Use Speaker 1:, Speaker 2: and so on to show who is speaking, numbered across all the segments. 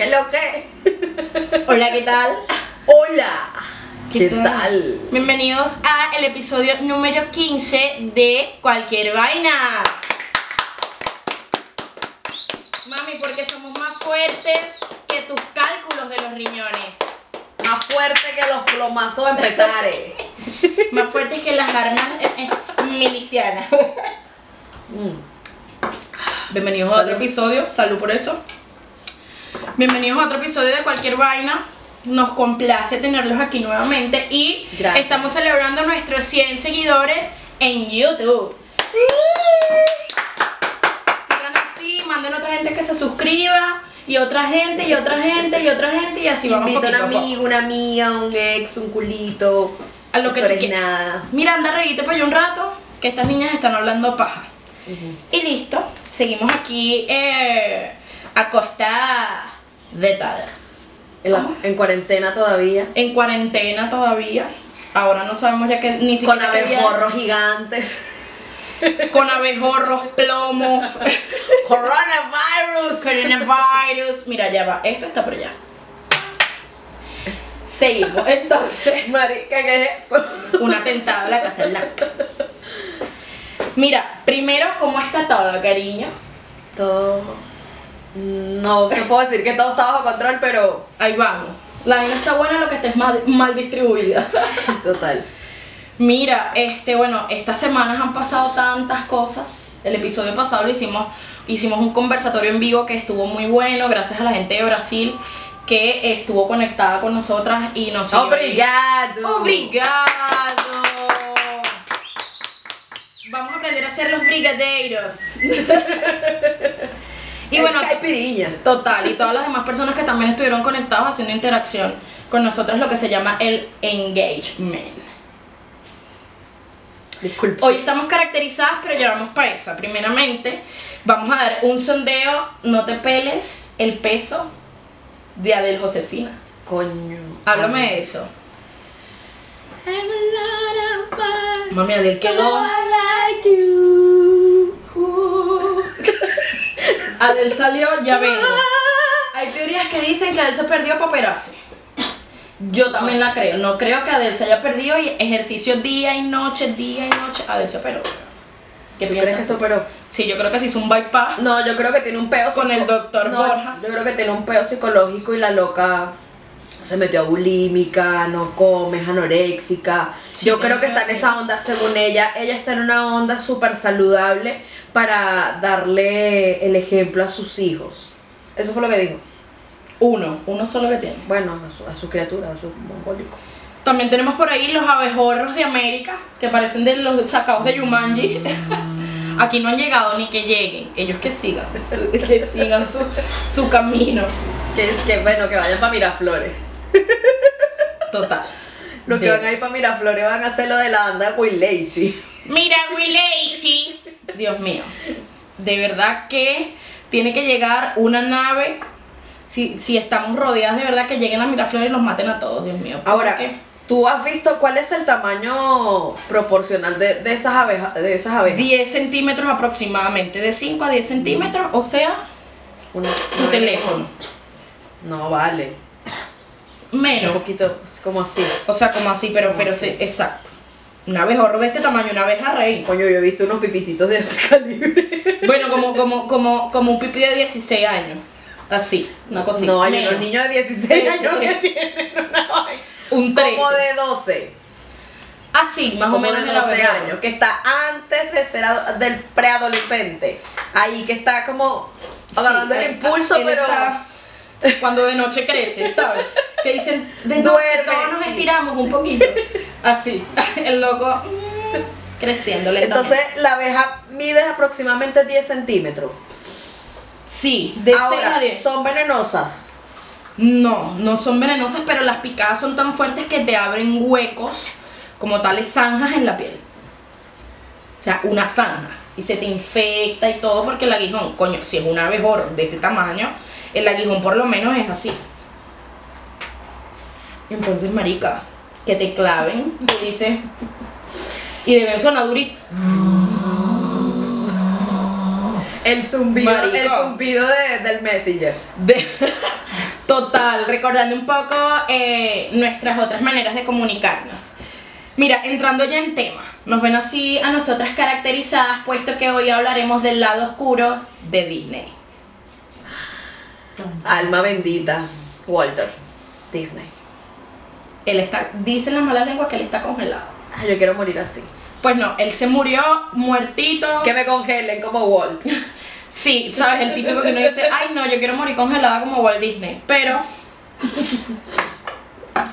Speaker 1: lo que. Eh. Hola, ¿qué tal?
Speaker 2: Hola, ¿qué, tal?
Speaker 1: Bienvenidos a el episodio número 15 de Cualquier Vaina. Mami, porque somos más fuertes que tus cálculos de los riñones.
Speaker 2: Más fuerte que los plomazos en petare.
Speaker 1: Más fuertes que las armas eh, eh, milicianas.
Speaker 3: Bienvenidos a otro episodio, salud por eso. Bienvenidos a otro episodio de Cualquier Vaina. Nos complace tenerlos aquí nuevamente y
Speaker 2: Gracias.
Speaker 1: estamos celebrando nuestros 100 seguidores en YouTube. Sí. Sigan así, manden a otra gente que se suscriba y otra gente y otra gente y otra gente y así vamos
Speaker 2: Invita a un
Speaker 1: poquito a poco.
Speaker 2: amigo, una amiga, un ex, un culito.
Speaker 3: A lo que
Speaker 2: tú
Speaker 3: tú
Speaker 2: eres
Speaker 3: quieras.
Speaker 2: nada.
Speaker 1: Miranda, reíte para allá un rato, que estas niñas están hablando paja. Y listo, seguimos aquí eh, a costa de Tada.
Speaker 2: En, la- en cuarentena todavía.
Speaker 1: En cuarentena todavía. Ahora no sabemos ya que ni
Speaker 2: Con
Speaker 1: siquiera. qué día-
Speaker 2: abejorros gigantes.
Speaker 1: Con abejorros, plomo.
Speaker 2: Coronavirus.
Speaker 1: coronavirus. Mira, ya va. Esto está por allá. Seguimos. Entonces.
Speaker 2: Marica, ¿qué es eso?
Speaker 1: Un atentado a la Casa Blanca. Mira, primero, ¿cómo está todo, cariño?
Speaker 2: Todo. No, no puedo decir que todo está bajo control, pero.
Speaker 1: Ahí vamos. La vaina está buena, lo que está es mal, mal distribuida.
Speaker 2: Total.
Speaker 1: Mira, este, bueno, estas semanas han pasado tantas cosas. El episodio pasado lo hicimos, hicimos un conversatorio en vivo que estuvo muy bueno, gracias a la gente de Brasil que estuvo conectada con nosotras y nos siguió.
Speaker 2: Obrigado.
Speaker 1: Obrigado. Vamos a aprender a ser los brigadeiros. y bueno,
Speaker 2: Caipiriña.
Speaker 1: Total, y todas las demás personas que también estuvieron conectadas haciendo interacción con nosotros, lo que se llama el engagement.
Speaker 2: Disculpa.
Speaker 1: Hoy estamos caracterizadas, pero llevamos para esa. Primeramente, vamos a dar un sondeo, no te peles, el peso de Adel Josefina.
Speaker 2: Coño.
Speaker 1: Háblame de eso. Mami, Adel quedó. Adel salió, ya vengo.
Speaker 2: Ah.
Speaker 1: Hay teorías que dicen que Adel se perdió para operarse. Yo también la creo. No creo que Adel se haya perdido y ejercicio día y noche, día y noche. Adel se operó. ¿Qué
Speaker 2: ¿Tú crees
Speaker 1: piensas?
Speaker 2: que eso operó?
Speaker 1: Sí, yo creo que se hizo un bypass.
Speaker 2: No, yo creo que tiene un peo
Speaker 1: Con
Speaker 2: psico-
Speaker 1: el doctor Borja.
Speaker 2: Yo creo que tiene un peo psicológico y la loca se metió a bulímica, no come, es anoréxica.
Speaker 1: Sí,
Speaker 2: yo
Speaker 1: tiene
Speaker 2: creo
Speaker 1: que
Speaker 2: que está en
Speaker 1: ser.
Speaker 2: esa onda, según ella, ella está en una onda súper saludable para darle el ejemplo a sus hijos. Eso fue lo que dijo.
Speaker 1: Uno, uno solo que tiene.
Speaker 2: Bueno, a su, a su criatura, a su mongólico.
Speaker 1: También tenemos por ahí los abejorros de América, que parecen de los sacados de Yumanji. Aquí no han llegado ni que lleguen, ellos que sigan, su, que sigan su, su camino.
Speaker 2: Que, que bueno, que vayan para Miraflores.
Speaker 1: Total.
Speaker 2: Los que
Speaker 1: De-
Speaker 2: van a ir para Miraflores van a hacer lo de la banda Will Lazy.
Speaker 1: Mira, we lazy. Dios mío. De verdad que tiene que llegar una nave. Si, si estamos rodeadas, de verdad que lleguen a Miraflores y los maten a todos, Dios mío. ¿Por
Speaker 2: Ahora,
Speaker 1: qué?
Speaker 2: ¿tú has visto cuál es el tamaño proporcional de, de esas abejas? De esas abejas?
Speaker 1: 10 centímetros aproximadamente, de 5 a 10 centímetros, o sea,
Speaker 2: Una-
Speaker 1: un
Speaker 2: una-
Speaker 1: teléfono.
Speaker 2: No vale. Un
Speaker 1: Menos.
Speaker 2: poquito pues, como así.
Speaker 1: O sea, como así, pero, pero sí, exacto. Un abejorro de este tamaño, una abeja rey.
Speaker 2: Coño, yo he visto unos pipicitos de este calibre.
Speaker 1: Bueno, como, como, como, como un pipí de 16 años. Así, una cosita.
Speaker 2: no, hay
Speaker 1: Menos.
Speaker 2: unos niños de 16 años que
Speaker 1: Trece.
Speaker 2: tienen una vaina.
Speaker 1: Un 3.
Speaker 2: Como de 12.
Speaker 1: Así, más
Speaker 2: Como
Speaker 1: o menos.
Speaker 2: de
Speaker 1: el
Speaker 2: 12
Speaker 1: abejorro.
Speaker 2: años. Que está antes de ser ado- del preadolescente. Ahí que está como agarrando
Speaker 1: Sí,
Speaker 2: el impulso,
Speaker 1: él
Speaker 2: pero.
Speaker 1: está Cuando de noche crece, ¿sabes? Que dicen, de noche
Speaker 2: Duerme,
Speaker 1: todos nos
Speaker 2: sí.
Speaker 1: estiramos un poquito. Así, el loco mm, creciendo lentamente.
Speaker 2: Entonces, la abeja mide aproximadamente 10 centímetros.
Speaker 1: sí, de seis
Speaker 2: Ahora,
Speaker 1: a 10.
Speaker 2: son venenosas.
Speaker 1: No, no son venenosas, pero las picadas son tan fuertes que te abren huecos, como tales zanjas en la piel. O sea, una zanja. Y se te infecta y todo porque el aguijón, coño, si es un abejorro de este tamaño, el aguijón por lo menos es así. Entonces, marica, que te claven, tú dices. Y deben sonar durísimo.
Speaker 2: El zumbido,
Speaker 1: Marico.
Speaker 2: el zumbido de- del messenger.
Speaker 1: De... Total, recordando un poco eh, nuestras otras maneras de comunicarnos. Mira, entrando ya en tema, nos ven así a nosotras caracterizadas, puesto que hoy hablaremos del lado oscuro de Disney.
Speaker 2: Alma bendita, Walter, Disney.
Speaker 1: Él está, dicen las malas lenguas que él está congelado.
Speaker 2: Ay, yo quiero morir así.
Speaker 1: Pues no, él se murió muertito.
Speaker 2: Que me congelen como Walt.
Speaker 1: Sí, sabes, el típico que uno dice, ay no, yo quiero morir congelada como Walt Disney. Pero,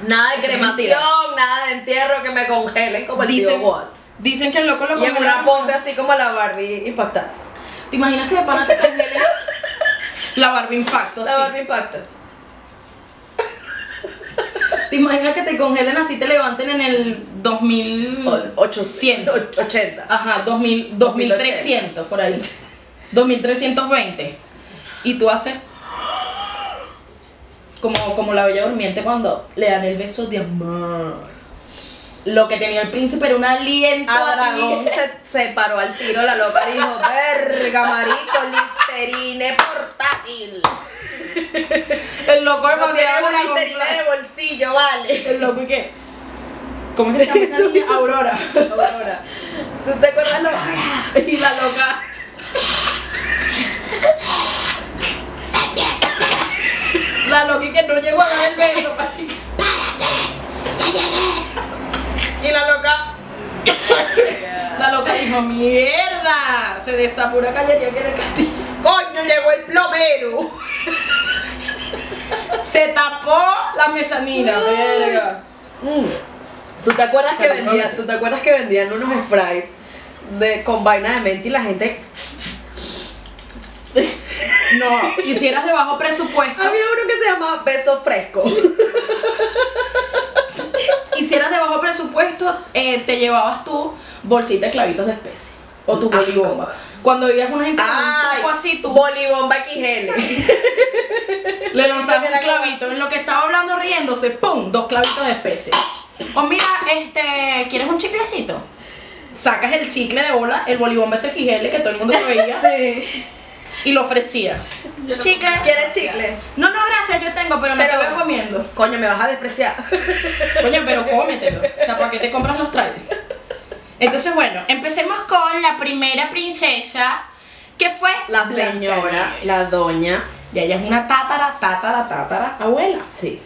Speaker 2: Nada de
Speaker 1: Eso es
Speaker 2: cremación, nada de entierro, que me congelen como el
Speaker 1: Dicen-
Speaker 2: tío Walt.
Speaker 1: dicen que el loco lo
Speaker 2: Y en
Speaker 1: congelaron.
Speaker 2: una pose así como la Barbie impactada.
Speaker 1: ¿Te imaginas que de pana te congelen? La barba impacto,
Speaker 2: La
Speaker 1: sí.
Speaker 2: Barbie impacta.
Speaker 1: ¿Te imaginas que te congelen así, te levanten en el 2000...
Speaker 2: 800. 80.
Speaker 1: Ajá, 2000, 2300 por ahí. 2320. Y tú haces como, como la bella durmiente cuando le dan el beso de amor. Lo que tenía el príncipe era un aliento
Speaker 2: A
Speaker 1: a
Speaker 2: Dragón
Speaker 1: ti.
Speaker 2: se, se paró al tiro, la loca dijo, verga, marico, listerine portátil.
Speaker 1: El loco
Speaker 2: No tienes
Speaker 1: Dragón
Speaker 2: una listerine de bolsillo, vale.
Speaker 1: El loco y qué. ¿Cómo es que se llama esa niña? Aurora.
Speaker 2: Aurora, ¿tú te acuerdas lo
Speaker 1: Y la loca. La loca y que no llegó a dar el beso. marica.
Speaker 2: Y la loca...
Speaker 1: La loca dijo, mierda, se destapó una callería que era el castillo.
Speaker 2: ¡Coño, llegó el plomero!
Speaker 1: Se tapó la mezanina, verga.
Speaker 2: Mm. ¿Tú te acuerdas que
Speaker 1: Salud,
Speaker 2: vendían,
Speaker 1: mami.
Speaker 2: tú te acuerdas que vendían unos sprites de con vaina de menta y la gente
Speaker 1: No, quisieras de bajo presupuesto.
Speaker 2: había uno que se llamaba beso fresco.
Speaker 1: Hicieras de bajo presupuesto, eh, te llevabas tu bolsita de clavitos de especie. O tu
Speaker 2: Asco.
Speaker 1: bolibomba. Cuando veías una gente con un tufo así, tú
Speaker 2: bolibomba XL.
Speaker 1: le lanzabas un clavito. En lo que estaba hablando riéndose, ¡pum! Dos clavitos de especie. O mira, este, ¿quieres un chiclecito? Sacas el chicle de bola, el bolibomba ese XL que todo el mundo lo veía.
Speaker 2: Sí.
Speaker 1: y lo ofrecía. Chicle.
Speaker 2: ¿Quieres chicle?
Speaker 1: No, no, gracias, yo tengo, pero no
Speaker 2: Pero-
Speaker 1: te veo comiendo.
Speaker 2: Coño, me vas a despreciar.
Speaker 1: Coño, pero cómetelo. O sea, ¿para qué te compras los trajes? Entonces, bueno, empecemos con la primera princesa, que fue
Speaker 2: La señora,
Speaker 1: Blancanieves.
Speaker 2: la doña.
Speaker 1: Y ella es una tátara, tátara, tátara abuela.
Speaker 2: Sí.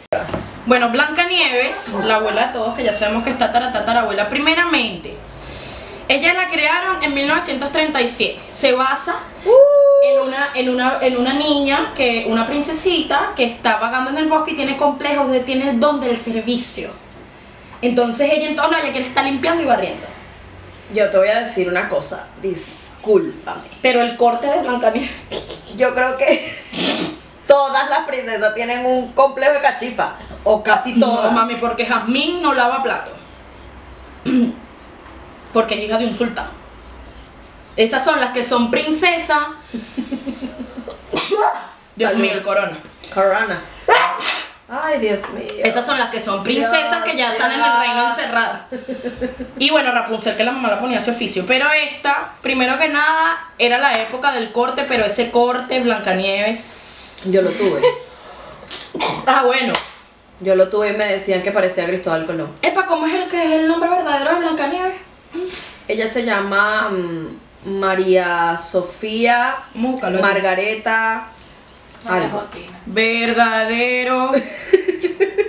Speaker 1: Bueno, Blanca Nieves, la abuela de todos, que ya sabemos que es tatara, tatara abuela, primeramente. Ella la crearon en 1937. Se basa en, una, en, una, en una niña, que, una princesita, que está vagando en el bosque y tiene complejos, de, tiene el don del servicio. Entonces ella en todos lados ya quiere estar limpiando y barriendo.
Speaker 2: Yo te voy a decir una cosa, discúlpame.
Speaker 1: Pero el corte de Blanca Nieves.
Speaker 2: Yo creo que todas las princesas tienen un complejo de cachifa. O casi
Speaker 1: No,
Speaker 2: todas.
Speaker 1: mami, porque Jazmín no lava plato. Porque es hija de un sultán. Esas son las que son princesas. Dios
Speaker 2: Salud.
Speaker 1: mío, el corona.
Speaker 2: Corona. Ay, Dios mío.
Speaker 1: Esas son las que son princesas que ya están en el
Speaker 2: Dios.
Speaker 1: reino encerradas. Y bueno, Rapunzel, que la mamá la ponía a ese oficio. Pero esta, primero que nada, era la época del corte, pero ese corte, Blancanieves.
Speaker 2: Yo lo tuve.
Speaker 1: Ah, bueno.
Speaker 2: Yo lo tuve y me decían que parecía Cristóbal Colón.
Speaker 1: Epa, ¿cómo es el que es el nombre verdadero de Blancanieves?
Speaker 2: Ella se llama mm, María Sofía
Speaker 1: Múcalo.
Speaker 2: Margareta algo.
Speaker 1: Verdadero.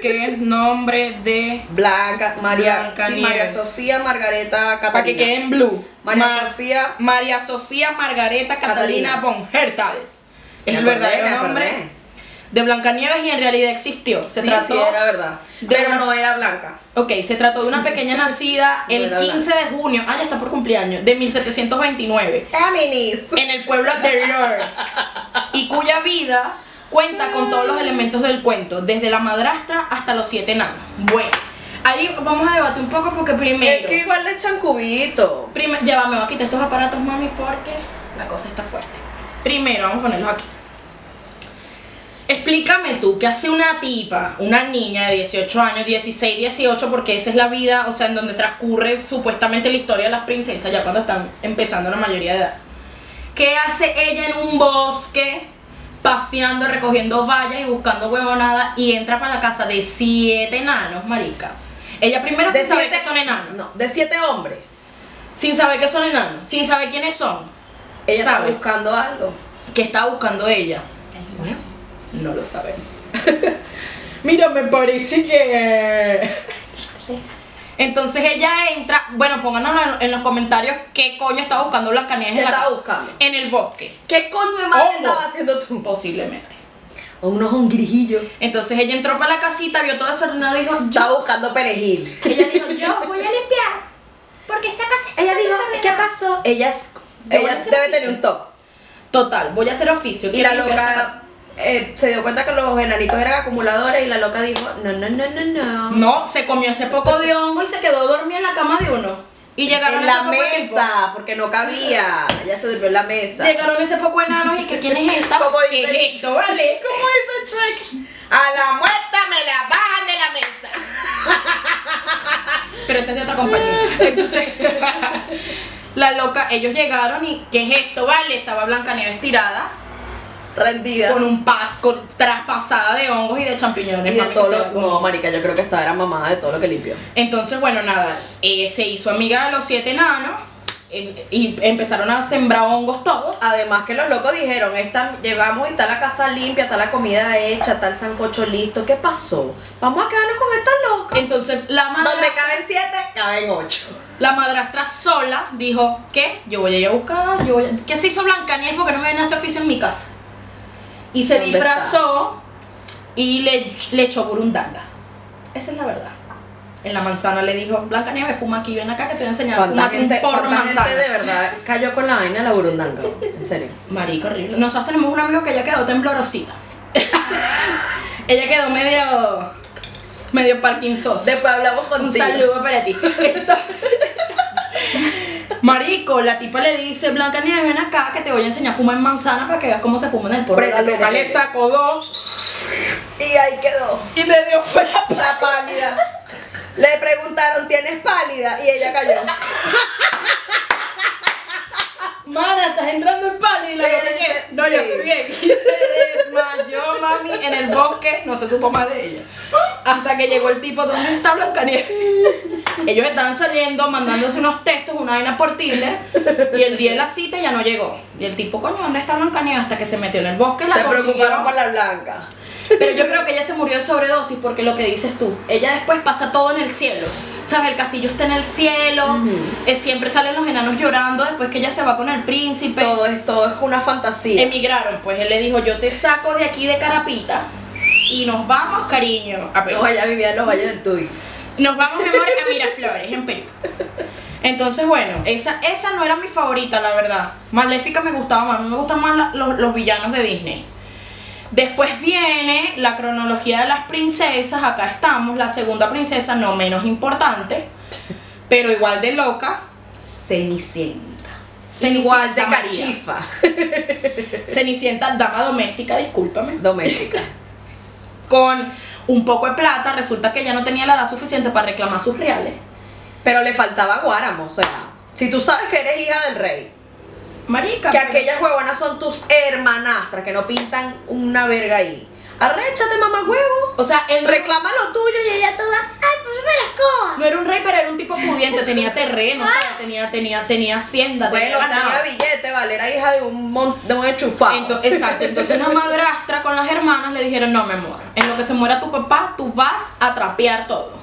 Speaker 1: que es nombre de.
Speaker 2: Blanca, María,
Speaker 1: Blanca
Speaker 2: sí,
Speaker 1: Nieves.
Speaker 2: María Sofía Margareta
Speaker 1: Para que
Speaker 2: Catalina.
Speaker 1: quede en blue.
Speaker 2: María
Speaker 1: Ma-
Speaker 2: Sofía.
Speaker 1: María Sofía Margareta Catalina
Speaker 2: Catalina.
Speaker 1: von Hertal. Es
Speaker 2: Me
Speaker 1: el
Speaker 2: acordé, me
Speaker 1: verdadero
Speaker 2: acordé.
Speaker 1: nombre de Blancanieves y en realidad existió. Se
Speaker 2: sí,
Speaker 1: trató.
Speaker 2: sí, era verdad.
Speaker 1: de
Speaker 2: Pero
Speaker 1: una-
Speaker 2: no era blanca.
Speaker 1: Ok, se trató de una pequeña nacida
Speaker 2: No
Speaker 1: el
Speaker 2: era
Speaker 1: 15 de junio. Ah, ya está por cumpleaños. De 1729. en el pueblo de Lore y cuya vida cuenta con todos los elementos del cuento, desde la madrastra hasta los siete enanos. Bueno, ahí vamos a debatir un poco porque
Speaker 2: Es
Speaker 1: primero,
Speaker 2: que igual le echan cubito.
Speaker 1: prima- ya va, me voy a quitar estos aparatos, mami, porque la cosa está fuerte. Primero, vamos a ponerlos aquí. Explícame tú, ¿qué hace una tipa, una niña de 18 años, 16, 18, porque esa es la vida, o sea, en donde transcurre supuestamente la historia de las princesas, ya cuando están empezando la mayoría de edad? ¿Qué hace ella en un bosque paseando, recogiendo vallas y buscando huevonada y entra para la casa de siete enanos, marica. Ella primero
Speaker 2: De
Speaker 1: sin saber
Speaker 2: siete-
Speaker 1: que son enanos,
Speaker 2: No, de siete hombres.
Speaker 1: sin saber que son enanos, sin saber quiénes son.
Speaker 2: Ella está
Speaker 1: sabe
Speaker 2: buscando algo.
Speaker 1: que estaba buscando ella. Bueno, no lo sabemos. Mira, me parece que. eh, Entonces ella entra, bueno, pónganos en- en los comentarios qué coño estaba buscando Blancanieves
Speaker 2: ¿Qué
Speaker 1: en, la-
Speaker 2: estaba buscando?
Speaker 1: en el bosque,
Speaker 2: ¿Qué coño de
Speaker 1: madre
Speaker 2: madre
Speaker 1: estabas
Speaker 2: estaba haciendo tú?
Speaker 1: posiblemente.
Speaker 2: Unos hongrijillos.
Speaker 1: Entonces ella entró para la casita, vio toda desordenada y dijo,
Speaker 2: Estaba buscando perejil.
Speaker 1: ella dijo, yo voy a limpiar.
Speaker 4: Porque esta casa está
Speaker 2: Ella dijo,
Speaker 4: desordenada.
Speaker 2: ¿qué pasó? Ella, es-
Speaker 1: Yo voy a
Speaker 2: ella
Speaker 1: hacer
Speaker 2: debe
Speaker 1: oficio.
Speaker 2: tener un toque.
Speaker 1: Total, voy a hacer oficio.
Speaker 2: Y la
Speaker 1: quiero limpiar esta casa.
Speaker 2: loca eh, se dio cuenta que los enanitos eran acumuladores y la loca dijo, no, no, no, no, no.
Speaker 1: No, se comió ese poco de hongo y se quedó dormida en la cama de uno. Y llegaron
Speaker 2: en la
Speaker 1: ese poco de tipo.
Speaker 2: mesa, porque no cabía. Ella se durmió en la mesa.
Speaker 1: Llegaron ese poco enanos y que quién es esta.
Speaker 2: Como
Speaker 1: ¿Qué
Speaker 2: dice-
Speaker 1: es esto, vale?
Speaker 2: ¿Cómo dice Shrek? A la muerta me la bajan de la mesa.
Speaker 1: Pero esa es de otra compañía. Entonces, la loca, ellos llegaron y ¿qué es esto, vale? Estaba Blancanieves tirada
Speaker 2: Rendida.
Speaker 1: con un pasco traspasada de hongos y de champiñones.
Speaker 2: Y de
Speaker 1: mami, que
Speaker 2: todo
Speaker 1: se
Speaker 2: lo-
Speaker 1: la comió.
Speaker 2: No, marica, yo creo que esta era mamada de todo lo que limpió.
Speaker 1: Entonces, bueno, nada, eh, se hizo amiga de los siete enanos eh, y empezaron a sembrar hongos todos.
Speaker 2: Además que los locos dijeron, esta, llegamos y está la casa limpia, está la comida hecha, está el sancocho listo. ¿Qué pasó? Vamos a quedarnos con esta loca.
Speaker 1: Entonces, la madrastra,
Speaker 2: Donde caben siete, caben ocho.
Speaker 1: la madrastra sola dijo, ¿qué? Yo voy a ir a buscar, yo voy a... ¿Qué se hizo Blancanieves porque no me viene a hacer oficio en mi casa? Y se
Speaker 2: ¿Dónde está?
Speaker 1: disfrazó y le, le echó burundanga. Esa es la verdad. En la manzana le dijo, Blancanieves, fuma aquí, ven acá que te voy a enseñar a
Speaker 2: ¿Cuánta
Speaker 1: fumar un
Speaker 2: gente,
Speaker 1: porro
Speaker 2: cuánta gente
Speaker 1: manzana.
Speaker 2: de verdad cayó con la vaina de la burundanga? En serio.
Speaker 1: Marico, horrible. Nosotros tenemos un amigo que ya quedó temblorosita. Ella quedó medio. medio Parkinson.
Speaker 2: Después hablamos contigo.
Speaker 1: Un saludo para ti. Entonces. Marico, la tipa le dice, Blanca Nieves, ven acá que te voy a enseñar a fumar manzana para que veas cómo se fuma en el porro.
Speaker 2: Prende, prende, prende.
Speaker 1: sacó dos
Speaker 2: Y ahí quedó.
Speaker 1: y le dio fuera.
Speaker 2: La pálida. Le preguntaron, ¿tienes pálida? Y ella cayó.
Speaker 1: Mana, estás entrando en pálido. Y la
Speaker 2: Sí,
Speaker 1: loca que, No,
Speaker 2: sí.
Speaker 1: yo estoy bien. Y se desmayó, mami, en el bosque. No se supo más de ella. Hasta que llegó el tipo, ¿dónde está Blancanieves? Ellos estaban saliendo, mandándose unos textos, una vaina por Tinder. Y el día de la cita ya no llegó. Y el tipo, coño, ¿dónde está Blancanieves? Hasta que se metió en el bosque, la
Speaker 2: Se
Speaker 1: consiguió.
Speaker 2: preocuparon por la blanca.
Speaker 1: Pero yo creo que ella se murió de sobredosis porque lo que dices tú, ella después pasa todo en el cielo. ¿Sabes? El castillo está en el cielo, eh, siempre salen los enanos llorando después que ella se va con el príncipe.
Speaker 2: Todo es, todo es una fantasía.
Speaker 1: Emigraron, pues él le dijo, yo te saco de aquí de Carapita y nos vamos, cariño. a Perú.
Speaker 2: No, ella vivía en los valles del Tuy.
Speaker 1: Nos vamos, mi amor, a Miraflores, en Perú. Entonces, bueno, esa, esa no era mi favorita, la verdad. Maléfica me gustaba más, a mí me gustan más la- los, los villanos de Disney. Después viene la cronología de las princesas, acá estamos, la segunda princesa, no menos importante, pero igual de loca, Cenicienta.
Speaker 2: Igual de
Speaker 1: María.
Speaker 2: cachifa.
Speaker 1: Cenicienta, dama doméstica, discúlpame
Speaker 2: Doméstica.
Speaker 1: con un poco de plata, resulta que ella no tenía la edad suficiente para reclamar sus reales.
Speaker 2: Pero le faltaba guáramo, o sea. Si tú sabes que eres hija del rey,
Speaker 1: Marica.
Speaker 2: que
Speaker 1: pero-
Speaker 2: aquellas huevonas son tus hermanastras, que no pintan una verga ahí. Arréchate, mamá huevo.
Speaker 1: O sea, él
Speaker 2: Reclama lo tuyo y ella toda. ¡Ay, pues me la escoba!
Speaker 1: no era un rey, pero era un tipo pudiente, tenía terreno, o sea, tenía, tenía, tenía hacienda,
Speaker 2: Bueno,
Speaker 1: tenía ganado.
Speaker 2: tenía billete, vale, era hija de un, mon- de un enchufado.
Speaker 1: Ento- exacto, entonces la madrastra con las hermanas le dijeron, no, mi amor, en lo que se muera tu papá, tú vas a trapear todo.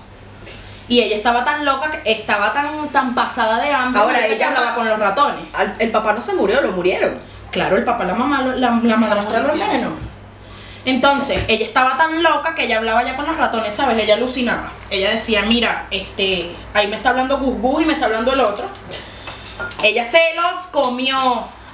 Speaker 1: Y ella estaba tan loca, que estaba tan, tan pasada de hambre,
Speaker 2: Ahora
Speaker 1: marica, que
Speaker 2: ella
Speaker 1: hablaba
Speaker 2: va-
Speaker 1: con los ratones.
Speaker 2: Al- el papá no se murió, lo murieron.
Speaker 1: Claro, el papá, la mamá, lo- la, la madrastra lo envenenó. Entonces, ella estaba tan loca que ella hablaba ya con los ratones, ¿sabes? Ella alucinaba. Ella decía, mira, este, ahí me está hablando Gusgus y me está hablando el otro. Ella se los comió.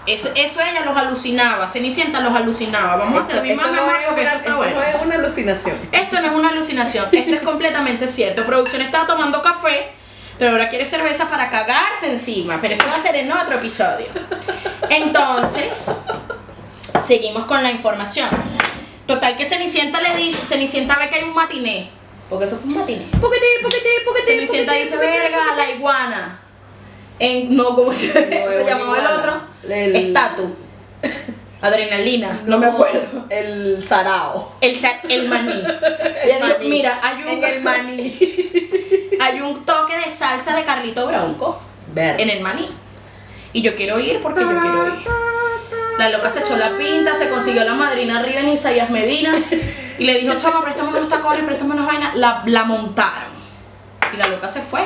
Speaker 1: Eso, eso ella los alucinaba. Cenicienta los alucinaba. Vamos a
Speaker 2: Esto-
Speaker 1: servir más
Speaker 2: esto no
Speaker 1: mamá
Speaker 2: es
Speaker 1: porque
Speaker 2: una-
Speaker 1: esto está
Speaker 2: esto
Speaker 1: bueno.
Speaker 2: no es una alucinación.
Speaker 1: Esto no es una alucinación, esto es completamente cierto. Producción estaba tomando café, pero ahora quiere cerveza para cagarse encima, pero eso va a ser en otro episodio. Entonces, seguimos con la información. Total que Cenicienta le dice, Cenicienta ve que hay un matiné, porque eso fue un matiné.
Speaker 2: Poquití, poquití, poquití.
Speaker 1: Cenicienta
Speaker 2: poquití,
Speaker 1: dice,
Speaker 2: poquití,
Speaker 1: verga,
Speaker 2: poquití".
Speaker 1: la iguana. En, no, como que
Speaker 2: es
Speaker 1: se llamaba el
Speaker 2: iguana.
Speaker 1: otro.
Speaker 2: El-
Speaker 1: Estatu. Adrenalina, no, me acuerdo.
Speaker 2: El sarao.
Speaker 1: El, sa- el maní. Ella dijo,
Speaker 2: maní.
Speaker 1: mira, hay
Speaker 2: En
Speaker 1: un,
Speaker 2: el maní.
Speaker 1: hay un toque de salsa de Carlito Bronco
Speaker 2: Ver.
Speaker 1: en el maní. Y yo quiero ir porque yo quiero ir. La loca se echó la pinta, se consiguió la madrina arriba en Isaías Medina y le dijo, chama, préstame unos tacones, préstame unas vainas. La, la montaron. Y la loca se fue.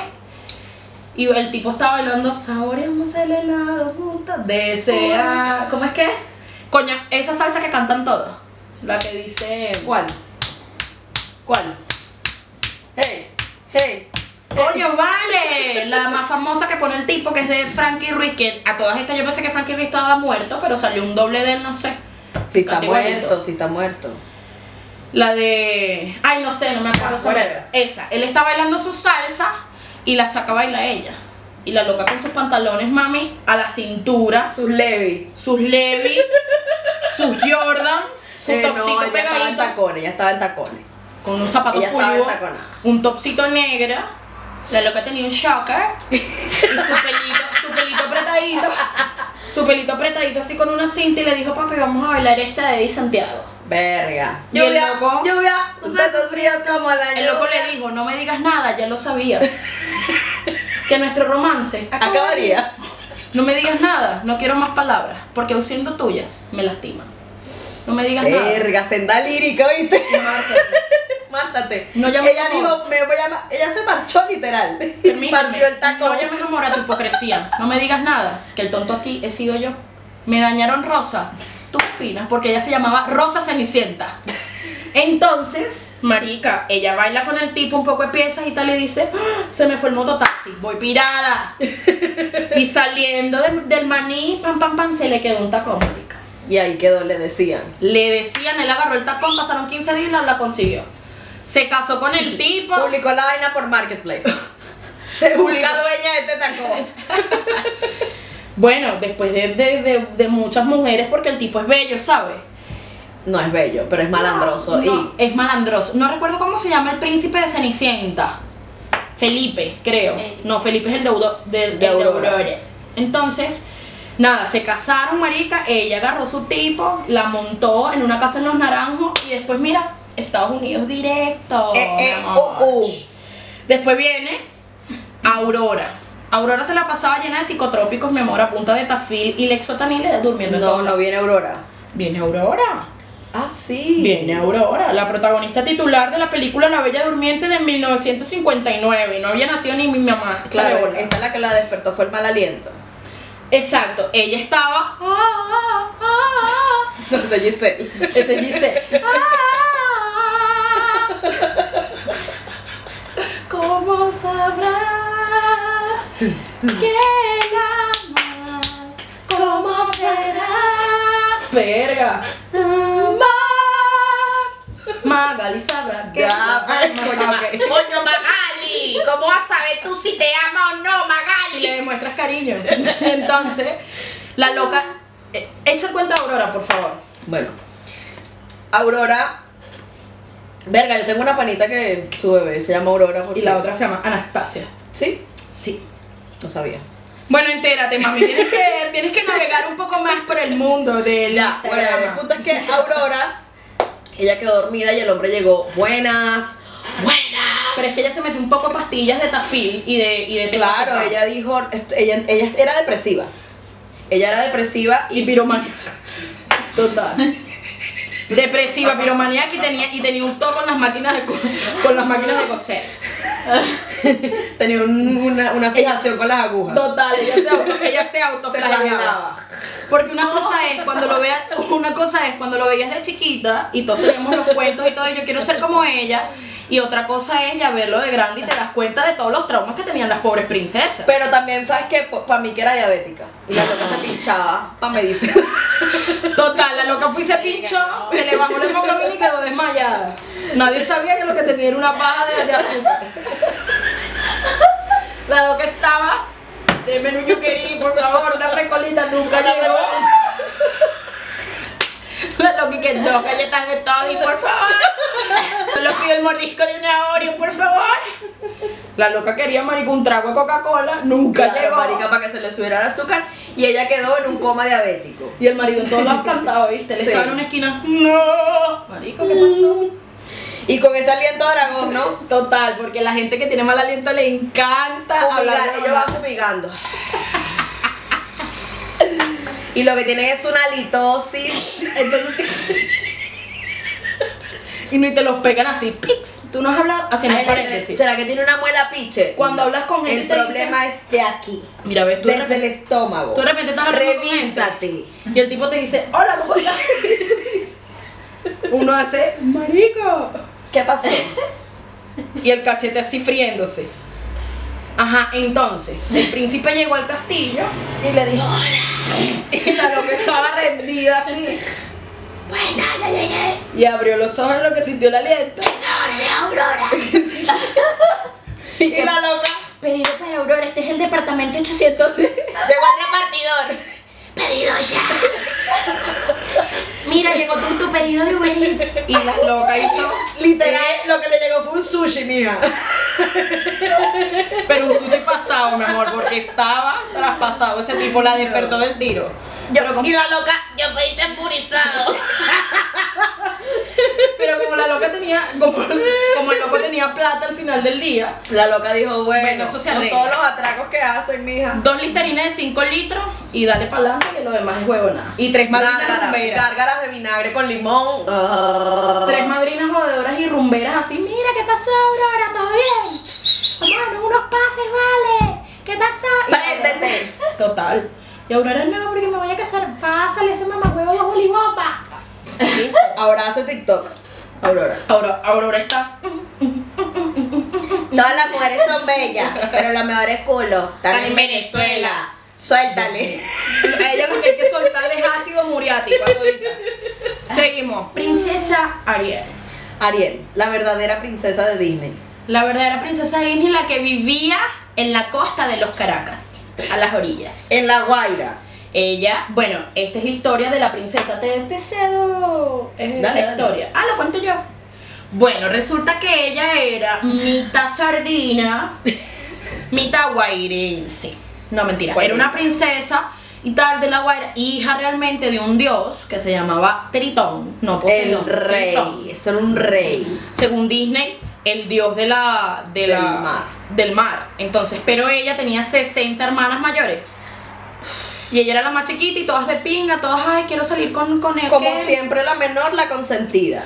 Speaker 1: Y el tipo estaba bailando, saboreamos el helado juntas, desea... ¿Cómo es que? Coña, esa salsa que cantan todos. La que dice...
Speaker 2: ¿Cuál? ¿Cuál? Hey, hey.
Speaker 1: Coño, vale. La más famosa que pone el tipo, que es de Frankie Ruiz, que a todas estas yo pensé que Frankie Ruiz estaba muerto, pero salió un doble de él, no sé.
Speaker 2: Si está
Speaker 1: Canta igualito.
Speaker 2: muerto, si está muerto.
Speaker 1: La de. Ay, no sé, no me acuerdo.
Speaker 2: Ah,
Speaker 1: esa,
Speaker 2: whatever.
Speaker 1: esa. Él está bailando su salsa y la saca a bailar ella. Y la loca con sus pantalones, mami, a la cintura,
Speaker 2: Sus Levi.
Speaker 1: sus Levi, sus Jordan, su
Speaker 2: Eh,
Speaker 1: topsito
Speaker 2: no, ella estaba en
Speaker 1: pegadito.
Speaker 2: tacones, ya estaba en tacones.
Speaker 1: Con un zapato
Speaker 2: Ella estaba en
Speaker 1: pulvo,
Speaker 2: taconada.
Speaker 1: un topsito negro. La loca tenía un shocker y su pelito, su pelito apretadito. Su pelito apretadito así con una cinta y le dijo, papi, vamos a bailar esta de Eddie Santiago.
Speaker 2: Verga.
Speaker 1: ¿Y el loco?
Speaker 2: lluvia, tus besos fríos como la
Speaker 1: El loco
Speaker 2: lluvia.
Speaker 1: le dijo, no me digas nada, ya lo sabía. que nuestro romance
Speaker 2: Acabaría.
Speaker 1: No me digas nada, no quiero más palabras, porque aun siendo tuyas, me lastiman. No me digas nada.
Speaker 2: Verga, senda lírica, ¿viste?
Speaker 1: Y marcha.
Speaker 2: Márchate.
Speaker 1: No llames
Speaker 2: ella
Speaker 1: amor.
Speaker 2: dijo, me voy a ma- Ella se marchó literal.
Speaker 1: Permíteme,
Speaker 2: Partió el tacón.
Speaker 1: No llames amor a tu hipocresía. No me digas nada, que el tonto aquí he sido yo. Me dañaron Rosa. ¿Tú qué opinas? Porque ella se llamaba Rosa Cenicienta. Entonces, marica, ella baila con el tipo un poco de piezas y tal y dice, "Ah, se me fue el mototaxi, voy pirada. y saliendo de- del maní, pam, pam, pam, se le quedó un tacón, marica.
Speaker 2: Y ahí quedó, le decían.
Speaker 1: Le decían, él agarró el tacón, pasaron 15 días y la, la consiguió. Se casó con el tipo.
Speaker 2: Publicó la vaina por Marketplace. Se busca dueña de este tacón.
Speaker 1: Bueno, después de, de- de- de muchas mujeres, porque el tipo es bello, ¿sabes?
Speaker 2: No es bello, pero es malandroso.
Speaker 1: No, es malandroso. No recuerdo cómo se llama el príncipe de Cenicienta. Felipe, creo. No, Felipe es el de, Udo- de- el de
Speaker 2: Aurora.
Speaker 1: Aurora. Entonces, nada, se casaron, marica. Ella agarró su tipo, la montó en una casa en Los Naranjos y después, mira, Estados Unidos directo.
Speaker 2: Y... Eh,
Speaker 4: Oh,
Speaker 2: eh,
Speaker 1: mi amor.
Speaker 2: uh, uh.
Speaker 1: Después viene Aurora. Aurora se la pasaba llena de psicotrópicos, mi amor, a punta de tafil y lexotanil durmiendo en
Speaker 2: No,
Speaker 1: todo
Speaker 2: no
Speaker 1: lado.
Speaker 2: viene Aurora.
Speaker 1: Viene Aurora.
Speaker 2: Ah, sí.
Speaker 1: Viene Aurora, la protagonista titular de la película La Bella Durmiente de 1959. No había nacido ni mi mamá. Échale
Speaker 2: Claro,
Speaker 1: bola.
Speaker 2: esta la que la despertó fue el mal aliento.
Speaker 1: Exacto, ella estaba. "Ah, ah, ah, ah".
Speaker 2: No sé, Giselle.
Speaker 1: Ese dice. "Ah". ¿Cómo sabrá que la amas? ¿Cómo será? Verga. Magali sabrá que
Speaker 2: Ya,
Speaker 1: la
Speaker 2: pues,
Speaker 1: amas.
Speaker 2: coño, ma-
Speaker 4: Coño, Magali, ¿cómo vas a saber tú si te ama o no,
Speaker 1: y
Speaker 4: Magali?
Speaker 1: le demuestras cariño. Entonces, la loca. eh, Echa el cuento a Aurora, por favor.
Speaker 2: Bueno. Aurora. Verga, yo tengo una panita que su bebé se llama Aurora. porque-
Speaker 1: Y la otra se llama Anastasia.
Speaker 2: Sí,
Speaker 1: Sí.
Speaker 2: no sabía.
Speaker 1: Bueno, entérate, mami. Tienes que, tienes que navegar un poco más por el mundo del
Speaker 2: Ya, bueno,
Speaker 1: Instagram.
Speaker 2: el punto es que Aurora, ella quedó dormida y el hombre llegó. Buenas.
Speaker 1: Pero es que ella se metió un poco de pastillas de tafil y de, y de
Speaker 2: Claro,
Speaker 1: tepacetam.
Speaker 2: ella dijo, est- ella, ella era depresiva. Ella era depresiva y
Speaker 1: Y piromaníaca.
Speaker 2: total.
Speaker 1: Depresiva, piromaníaca y tenía, y tenía un toque con las máquinas de, co- con las máquinas de coser.
Speaker 2: Tenía un- una, una fijación con las agujas.
Speaker 1: Total, ella se auto, ella se autoflagelaba. Porque una cosa es cuando lo veas, una cosa es cuando lo veías de chiquita y todos tenemos los cuentos y todo, y yo quiero ser como ella, y otra cosa es ya verlo de grande y te das cuenta de todos los traumas que tenían las pobres princesas.
Speaker 2: Pero también, ¿sabes qué? Para mí que era diabética. Y la loca se pinchaba para medicina.
Speaker 1: Total, la loca fui se pinchó, se le bajó la hemoglobina y quedó desmayada. Nadie sabía que lo que tenía era una paja de, de azúcar. La loca estaba, de menú yo quería, por favor, una frescolita, nunca llegó. La loca que dos galletas de Toddy, por favor. Solo pido el mordisco de una Oreo, por favor. La loca quería, marico, un trago de Coca-Cola, nunca
Speaker 2: Claro,
Speaker 1: llegó.
Speaker 2: marica, para que se le subiera el azúcar y ella quedó en un coma diabético.
Speaker 1: Y el marido en todos los cantaba, ¿viste? Él
Speaker 2: Sí.
Speaker 1: estaba en una esquina. No. Marico, ¿qué pasó?
Speaker 2: Y con ese aliento a dragón, ¿no?
Speaker 1: Total, porque la gente que tiene mal aliento le encanta hablar
Speaker 2: Fumigar,
Speaker 1: de
Speaker 2: ellos van fumigando. Y lo que tienen es una litosis.
Speaker 1: Y no y te los pegan así, pix. Tú no has hablado haciendo
Speaker 2: Ay,
Speaker 1: un paréntesis.
Speaker 2: ¿Será que tiene una muela piche?
Speaker 1: Cuando hablas con gente
Speaker 2: El
Speaker 1: te dicen-
Speaker 2: problema es de aquí.
Speaker 1: Mira, ves, tú de
Speaker 2: Desde el
Speaker 1: repente-
Speaker 2: estómago.
Speaker 1: tú de repente estás hablando con gente.
Speaker 2: Revísate.
Speaker 1: Y el tipo te dice, hola, ¿cómo estás? Uno hace, marico.
Speaker 2: ¿Qué pasó?
Speaker 1: Y el cachete así friéndose. Ajá, entonces, el príncipe llegó al castillo
Speaker 2: Y le dijo, hola.
Speaker 1: y la loca estaba rendida así.
Speaker 4: Bueno, ya llegué.
Speaker 1: Y abrió los ojos en lo que sintió el aliento.
Speaker 4: Aurora, Aurora.
Speaker 2: Y la loca.
Speaker 4: Pedido para Aurora, este es el departamento 800. Llegó el repartidor. Pedido ya. Mira, llegó tu, tu pedido de Uber Eats.
Speaker 1: Y la loca hizo.
Speaker 2: Literal, lo que le llegó fue un sushi, mija.
Speaker 1: Pero un sushi pasado, mi amor, porque estaba traspasado. Ese tipo la despertó del tiro. pero, como,
Speaker 4: Y la loca, yo pedí temporizado.
Speaker 1: pero como la loca tenía. Como, como el loco tenía plata al final del día.
Speaker 2: La loca dijo, bueno,
Speaker 1: Bueno, eso se
Speaker 2: con
Speaker 1: arregla.
Speaker 2: todos los atracos que hacen, mija.
Speaker 1: Dos listerines de 5 litros y dale para adelante que lo demás es huevonada. Y tres madrinas
Speaker 2: Gárgaras,
Speaker 1: rumberas.
Speaker 2: gárgaras de vinagre con limón.
Speaker 1: Tres madrinas jodedoras y rumberas así. Mira, ¿qué pasó, Aurora? ¿Todo bien? Vamos a darnos unos pases, vale. ¿Qué pasó? Y Aurora-
Speaker 2: Préndete.
Speaker 1: Total. Y Aurora, no, porque me voy a casar. Pásale ese mamagüevo de bolibomba.
Speaker 2: Ahora hace TikTok. Aurora.
Speaker 1: Aurora, Aurora está.
Speaker 2: Todas las mujeres son bellas, pero la mejor es culo.
Speaker 4: Están en Venezuela.
Speaker 2: Suéltale.
Speaker 1: A ella lo que hay que soltarle es ácido muriático. a todita. Seguimos. Princesa Ariel.
Speaker 2: Ariel, la verdadera princesa de Disney.
Speaker 1: La verdadera princesa Disney, la que vivía en la costa de los Caracas, a las orillas.
Speaker 2: En La Guaira.
Speaker 1: Ella, bueno, esta es la historia de la princesa. Te deseo. Es
Speaker 2: Dale,
Speaker 1: la
Speaker 2: dale.
Speaker 1: historia. Ah, lo cuento yo. Bueno, resulta que ella era mitad sardina, mitad guairense. No, mentira. Era una princesa y tal de la Guaira, hija realmente de un dios que se llamaba Tritón. No
Speaker 2: El
Speaker 1: Poseidón. Tritón.
Speaker 2: rey. Son un rey.
Speaker 1: Según Disney, el dios de la, de
Speaker 2: Del
Speaker 1: la-
Speaker 2: mar.
Speaker 1: del mar. Entonces, pero ella tenía 60 hermanas mayores. Y ella era la más chiquita y todas de pinga, todas, ay, quiero salir con, con él.
Speaker 2: Como
Speaker 1: que-".
Speaker 2: siempre, la menor, la consentida.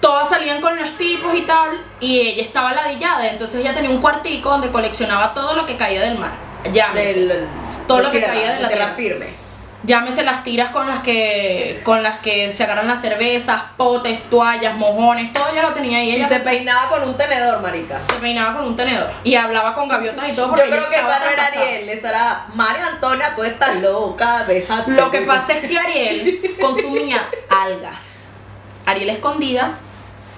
Speaker 1: Todas salían con los tipos y tal. Y ella estaba ladillada. Entonces ella tenía un cuartico donde coleccionaba todo lo que caía del mar. Llámese.
Speaker 2: Del-
Speaker 1: Todo
Speaker 2: de
Speaker 1: lo que
Speaker 2: tierra,
Speaker 1: caía de la tierra.
Speaker 2: firme.
Speaker 1: Llámese las tiras con las que con las que se agarran las cervezas, potes, toallas, mojones, todo ella lo tenía ahí.
Speaker 2: Y
Speaker 1: ella
Speaker 2: se
Speaker 1: pensaba-
Speaker 2: peinaba con un tenedor, marica.
Speaker 1: se peinaba con un tenedor y hablaba con gaviotas y todo
Speaker 2: Yo
Speaker 1: porque
Speaker 2: creo
Speaker 1: ella
Speaker 2: que
Speaker 1: estaba
Speaker 2: esa no era
Speaker 1: traspasada.
Speaker 2: Ariel, esa era María Antonia, tú estás loca, déjate.
Speaker 1: Lo que pasa es que Ariel consumía algas. Ariel escondida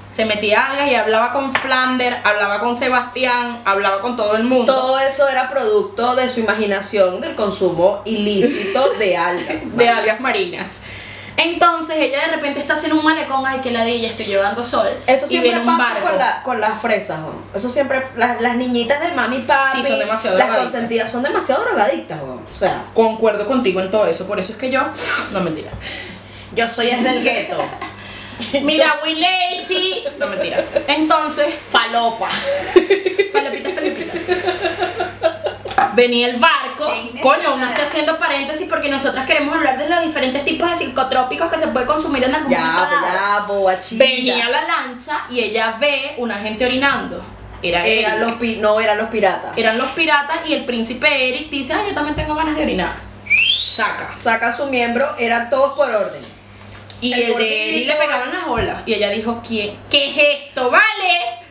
Speaker 1: se metía algas y hablaba con Flander, hablaba con Sebastián, hablaba con todo el mundo.
Speaker 2: Todo eso era producto de su imaginación del consumo ilícito de algas.
Speaker 1: de algas marinas. Entonces ella de repente está haciendo un malecón, ay que ladilla, estoy llevando sol.
Speaker 2: Eso
Speaker 1: y
Speaker 2: siempre
Speaker 1: viene un
Speaker 2: pasa
Speaker 1: barco.
Speaker 2: Con, la- con las fresas, Juan. Eso siempre, las, las niñitas de mami y papi.
Speaker 1: Sí, son demasiado
Speaker 2: Las
Speaker 1: drogadictas.
Speaker 2: consentidas son demasiado drogadictas, Juan. O sea,
Speaker 1: Concuerdo contigo en todo eso, por eso es que yo, no mentira.
Speaker 2: yo soy es del gueto.
Speaker 4: Mira, Will Lazy.
Speaker 1: No mentira. Entonces,
Speaker 4: Falopa.
Speaker 1: Felipita, Felipita. Venía el barco. Coño, uno está haciendo paréntesis porque nosotras queremos hablar de los diferentes tipos de psicotrópicos que se puede consumir en algún
Speaker 2: ya, pues,
Speaker 1: momento dado.
Speaker 2: ya, boachita.
Speaker 1: Venía la lancha y ella ve una gente orinando. Era
Speaker 2: Eran
Speaker 1: Eric.
Speaker 2: los, pi- no, eran los piratas.
Speaker 1: Eran los piratas y el príncipe Eric dice, ay, yo también tengo ganas de orinar. Saca.
Speaker 2: Saca su miembro, eran todos por orden.
Speaker 1: Y
Speaker 2: El
Speaker 1: el, de Eric le
Speaker 2: gordito.
Speaker 1: pegaban las olas. Y ella dijo, ¿quién? ¿Qué es esto? ¿Vale?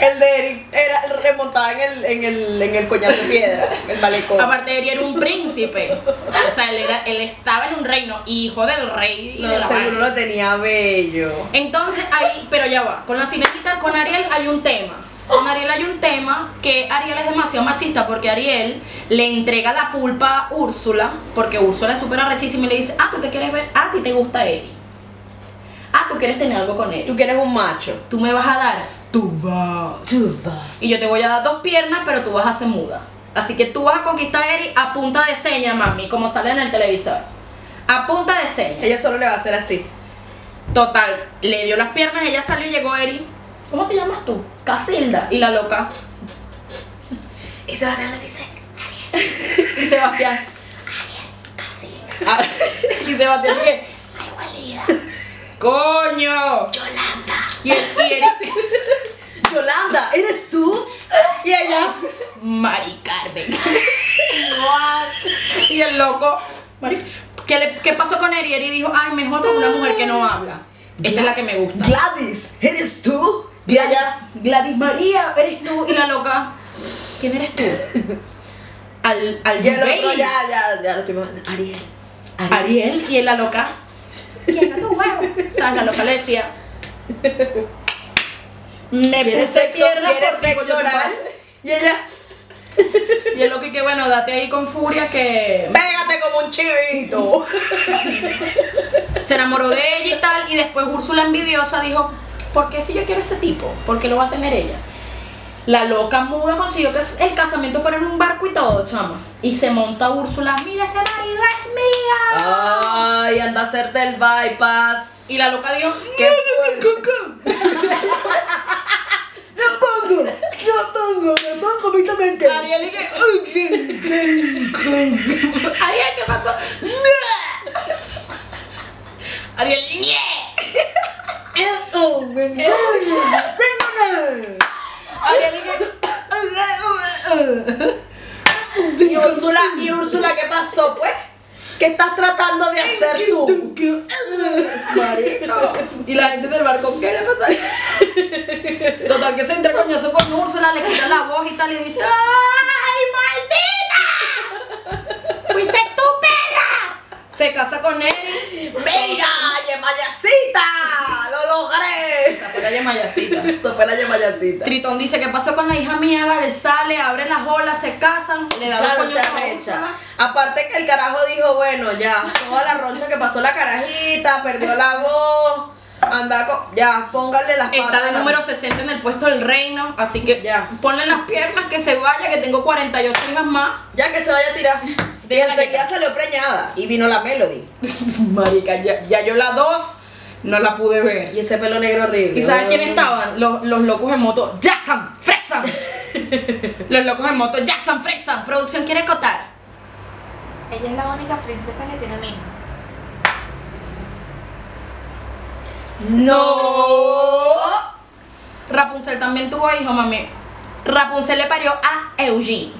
Speaker 2: El de Eric era remontaba en el, en el, en el coñazo de piedra, en el malecón.
Speaker 1: Aparte de era un príncipe. O sea, él, era, él estaba en un reino, hijo del rey y
Speaker 2: No,
Speaker 1: de la
Speaker 2: seguro
Speaker 1: vaina.
Speaker 2: lo tenía bello.
Speaker 1: Entonces ahí, pero ya va, con la sirenita, con Ariel hay un tema. Con Ariel hay un tema que Ariel es demasiado machista porque Ariel le entrega la pulpa a Úrsula, porque Úrsula es súper arrechísima y le dice, ah, tú te quieres ver, ah, a ti te gusta Eri. Ah, tú quieres tener algo con
Speaker 2: Tú
Speaker 1: Eri.
Speaker 2: quieres un macho.
Speaker 1: Tú me vas a dar tú vas. Y yo te voy a dar dos piernas, pero tú vas a ser muda. Así que tú vas a conquistar a Eri a punta de seña, mami, como sale en el televisor. A punta de seña.
Speaker 2: Ella solo le va a hacer así.
Speaker 1: Total, le dio las piernas, ella salió y llegó Eri. ¿Cómo te llamas tú? Casilda. Y la loca.
Speaker 4: Y Sebastián le dice,
Speaker 1: Y Sebastián.
Speaker 4: casi,
Speaker 1: Ah, y Sebastián ¿qué?
Speaker 4: la igualida,
Speaker 1: ¡Coño!
Speaker 4: Yolanda.
Speaker 1: Y, el, y Eri.
Speaker 2: Yolanda, ¿eres tú?
Speaker 1: Y ella. Mari Carmen. Y el loco. Mari, ¿qué, le- qué pasó con Eri? Eri dijo, ay, mejor con una mujer que no habla. Esta es la que me gusta.
Speaker 2: Gladys, ¿eres tú? Gladys, Gladys María, ¿eres tú?
Speaker 1: Y la loca, ¿quién eres tú? Al, al
Speaker 2: Y el otro
Speaker 1: Yubeis.
Speaker 2: ya, ya, ya lo estoy mamando. Ariel.
Speaker 1: Ariel y la loca.
Speaker 4: ¿Quién no tu huevo?
Speaker 1: ¿Sabes? La loca le decía. Me
Speaker 2: ¿Quieres
Speaker 1: puse
Speaker 2: sexo,
Speaker 1: piernas
Speaker 2: ¿quieres
Speaker 1: por ti,
Speaker 2: sexo
Speaker 1: coño, tu
Speaker 2: oral?
Speaker 1: madre.
Speaker 2: Y ella,
Speaker 1: Y el loco y que bueno, date ahí con furia que
Speaker 2: pégate como un chivito.
Speaker 1: se enamoró de ella y tal. Y después Úrsula envidiosa dijo, ¿por qué si yo quiero ese tipo? ¿Por qué lo va a tener ella? La loca muda consiguió que el casamiento fuera en un barco y todo, chama. Y se monta Úrsula, mira ese marido es mía.
Speaker 2: Ay, anda a hacerte el bypass.
Speaker 1: Y la loca dijo,
Speaker 2: ¿Qué no, pongo, no pongo, no pongo completamente.
Speaker 1: Ariel y que, "Uy, qué- qué- qué". Ariel, ¿qué pasó? Ariel, "Nie". Ariel y que,
Speaker 2: Y Úrsula, y Úrsula, ¿qué pasó, pues? ¿Qué estás tratando de hacer tú?
Speaker 1: Y la gente del barco, ¿qué le pasa? Total, que se entra coñazo con Úrsula, le quita la voz y tal, y dice, ¡ay, maldita! ¡Fuiste tú, perra! Se casa con Eri.
Speaker 2: ¡Mira, Yemayacita! ¡Lo logré!
Speaker 1: Esa fue la yemayacita.
Speaker 2: Eso fue la Yemayacita.
Speaker 1: Tritón dice, ¿qué pasó con la hija mía? Vale, sale, abre las olas, se casan, le da
Speaker 2: Claro,
Speaker 1: los
Speaker 2: se
Speaker 1: coños a
Speaker 2: arrecha.
Speaker 1: Úrsula.
Speaker 2: Aparte que el carajo dijo, bueno, ya, toda la roncha que pasó la carajita, perdió la voz, anda con... Ya, póngale las patas.
Speaker 1: Está
Speaker 2: a
Speaker 1: de
Speaker 2: la-
Speaker 1: número 60 en el puesto del reino, así que
Speaker 2: Ya.
Speaker 1: ponle las piernas, que se vaya, que tengo 48 hijas más.
Speaker 2: Ya que se vaya a tirar. Y
Speaker 1: Déjala
Speaker 2: enseguida salió preñada. Y vino la Melody.
Speaker 1: Marica, ya, ya yo la dos no la pude ver.
Speaker 2: Y ese pelo negro horrible.
Speaker 1: ¿Y sabes quién estaban? Los, los locos en moto, Jackson, Frexan. los locos en moto, Jackson, Frexan. Producción quiere cotar.
Speaker 4: Ella es la única princesa que tiene un hijo.
Speaker 1: No. Rapunzel también tuvo hijo, mami. Rapunzel le parió a Eugene.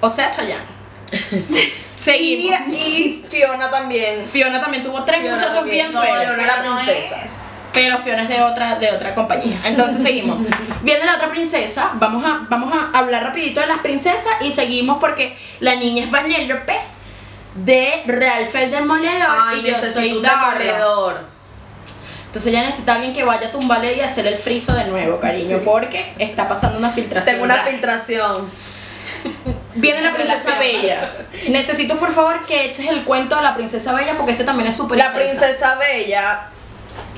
Speaker 1: O sea, Chayanne.
Speaker 2: Y,
Speaker 1: Seguimos.
Speaker 2: y Fiona también.
Speaker 1: Fiona también tuvo tres
Speaker 2: Fiona
Speaker 1: muchachos
Speaker 2: también.
Speaker 1: bien
Speaker 2: No,
Speaker 1: feos.
Speaker 2: Fiona era
Speaker 4: No
Speaker 2: princesa.
Speaker 4: es.
Speaker 1: Pero Fiona es de otra, de otra compañía. Entonces seguimos. Viene la otra princesa. Vamos a, vamos a hablar rapidito de las princesas y seguimos porque la niña es Vanellope de Realfeld del Moledor.
Speaker 2: Ay,
Speaker 1: y yo soy
Speaker 2: necesito un
Speaker 1: Darla.
Speaker 2: demoledor.
Speaker 1: Entonces ella necesita alguien que vaya a tumbarle y hacerle el friso de nuevo, cariño.
Speaker 2: Sí.
Speaker 1: Porque está pasando una filtración.
Speaker 2: Tengo una
Speaker 1: rara.
Speaker 2: filtración.
Speaker 1: Viene la princesa Bella. Necesito por favor que eches el cuento a la princesa Bella porque este también es súper
Speaker 2: La
Speaker 1: interesante.
Speaker 2: princesa bella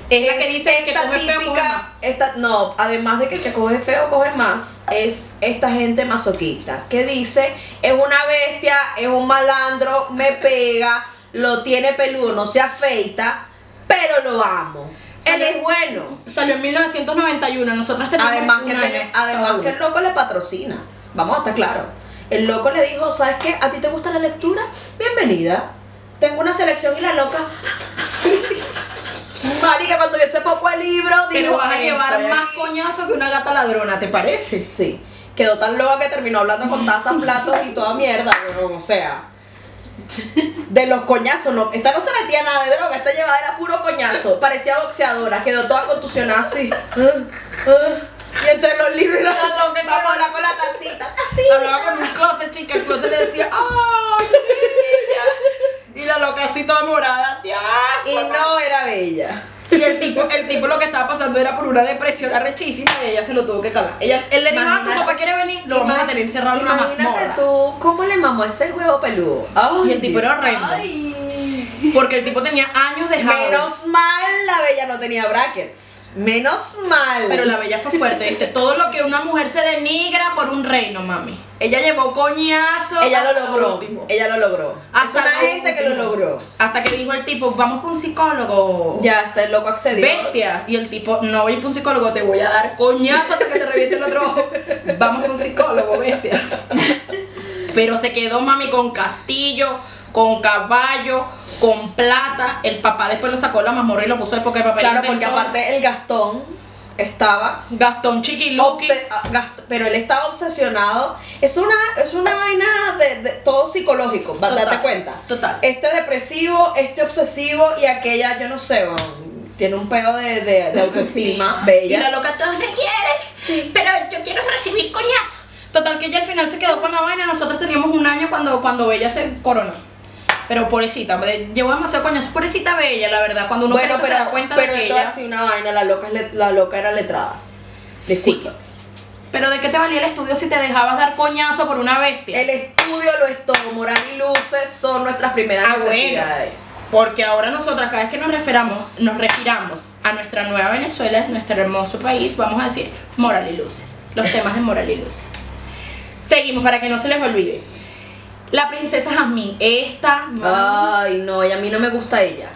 Speaker 1: Es la que dice que
Speaker 2: esta
Speaker 1: coge feo, coge más.
Speaker 2: esta, no, además de que el que coge feo coge más, es esta gente masoquista que dice es una bestia, es un malandro, me pega, lo tiene peludo, no se afeita, pero lo amo. Él
Speaker 1: Sale-
Speaker 2: es bueno.
Speaker 1: Salió en 1991. Nosotras tenemos
Speaker 2: Además que,
Speaker 1: un
Speaker 2: tiene-
Speaker 1: año cada
Speaker 2: además
Speaker 1: uno.
Speaker 2: que el loco le patrocina. Vamos a estar claros. El loco le dijo, ¿sabes qué? ¿A ti te gusta la lectura? Bienvenida. Tengo una selección y la loca. Marica, cuando yo se poco el libro, dijo,
Speaker 1: Pero vas a llevar
Speaker 2: "Estoy
Speaker 1: más
Speaker 2: aquí".
Speaker 1: coñazo que una gata ladrona, ¿te parece?
Speaker 2: Sí. Quedó tan loca que terminó hablando con tazas, platos y toda mierda, weón, O sea. De los coñazos, no. Esta no se metía nada de droga, esta llevada era puro coñazo. Parecía boxeadora, quedó toda contusionada así. y entre los libros y la loca, vamos a hablar con la tacita. Así.
Speaker 1: Hablaba con un closet, chica. El closet le decía, ¡ay, mi niña! Y la loca así toda morada, ¡Dios!
Speaker 2: Y no era bella.
Speaker 1: Y el tipo, el tipo lo que estaba pasando era por una depresión arrechísima y ella se lo tuvo que calar. Ella, él le dijo, ah, tu
Speaker 2: Imagínate-
Speaker 1: papá quiere venir, lo vamos a tener encerrado en una
Speaker 2: Imagínate
Speaker 1: mazmorra.
Speaker 2: tú, ¿cómo le mamó ese huevo peludo?
Speaker 1: Y el tipo era horrendo. Porque el tipo tenía años de jabón.
Speaker 2: Menos mal la bella no tenía brackets. Menos mal.
Speaker 1: Pero la bella fue fuerte, ¿viste? Todo lo que una mujer se denigra por un reino, mami. Ella llevó coñazo.
Speaker 2: Ella
Speaker 1: hasta
Speaker 2: lo logró.
Speaker 1: último.
Speaker 2: Ella lo logró.
Speaker 1: Hasta
Speaker 2: Hasta la
Speaker 1: lo
Speaker 2: gente que lo
Speaker 1: último.
Speaker 2: logró.
Speaker 1: Hasta que dijo el tipo, vamos con un psicólogo.
Speaker 2: Ya, hasta el loco accedió.
Speaker 1: Bestia. Y el tipo, no voy a ir para un psicólogo, te voy a dar coñazo hasta que te reviente el otro ojo. Vamos con un psicólogo, bestia. Pero se quedó mami con castillo, con caballo, con plata. El papá después lo sacó de la mazmorra y lo puso de porque el papá
Speaker 2: Claro, porque
Speaker 1: inventó.
Speaker 2: aparte el Gastón estaba
Speaker 1: Gastón Chiquiluki.
Speaker 2: obse- ah, Gast- pero él estaba obsesionado. Es una, es una vaina de, de- todo psicológico, va-
Speaker 1: Total,
Speaker 2: date cuenta.
Speaker 1: total.
Speaker 2: Este depresivo, este obsesivo y aquella, yo no sé, weón, tiene un peo de, de- de autoestima
Speaker 1: Y la
Speaker 2: bella.
Speaker 1: loca todos me quieren.
Speaker 4: Pero yo quiero recibir coñazo.
Speaker 1: Total que ella al final se quedó con la vaina. Nosotros teníamos un año cuando, cuando Bella se coronó. Pero pobrecita, me- llevó demasiado coñazo. Pobrecita Bella, la verdad. Cuando uno
Speaker 2: bueno,
Speaker 1: crece
Speaker 2: pero,
Speaker 1: se da cuenta
Speaker 2: pero
Speaker 1: de que
Speaker 2: esto
Speaker 1: ella.
Speaker 2: así una vaina, la loca, es le- la loca era letrada.
Speaker 1: Sí.
Speaker 2: Disculpa.
Speaker 1: Pero de qué te valía el estudio si te dejabas dar coñazo por una bestia.
Speaker 2: El estudio lo es todo, moral y luces son nuestras primeras
Speaker 1: Ah, bueno.
Speaker 2: necesidades.
Speaker 1: Porque ahora nosotras, cada vez que nos referamos, nos refiramos a nuestra nueva Venezuela, nuestro hermoso país, vamos a decir moral y luces. Los temas de moral y luces. Seguimos para que no se les olvide. La princesa Jazmín, esta mami,
Speaker 2: Ay, no, y a mí no me gusta ella.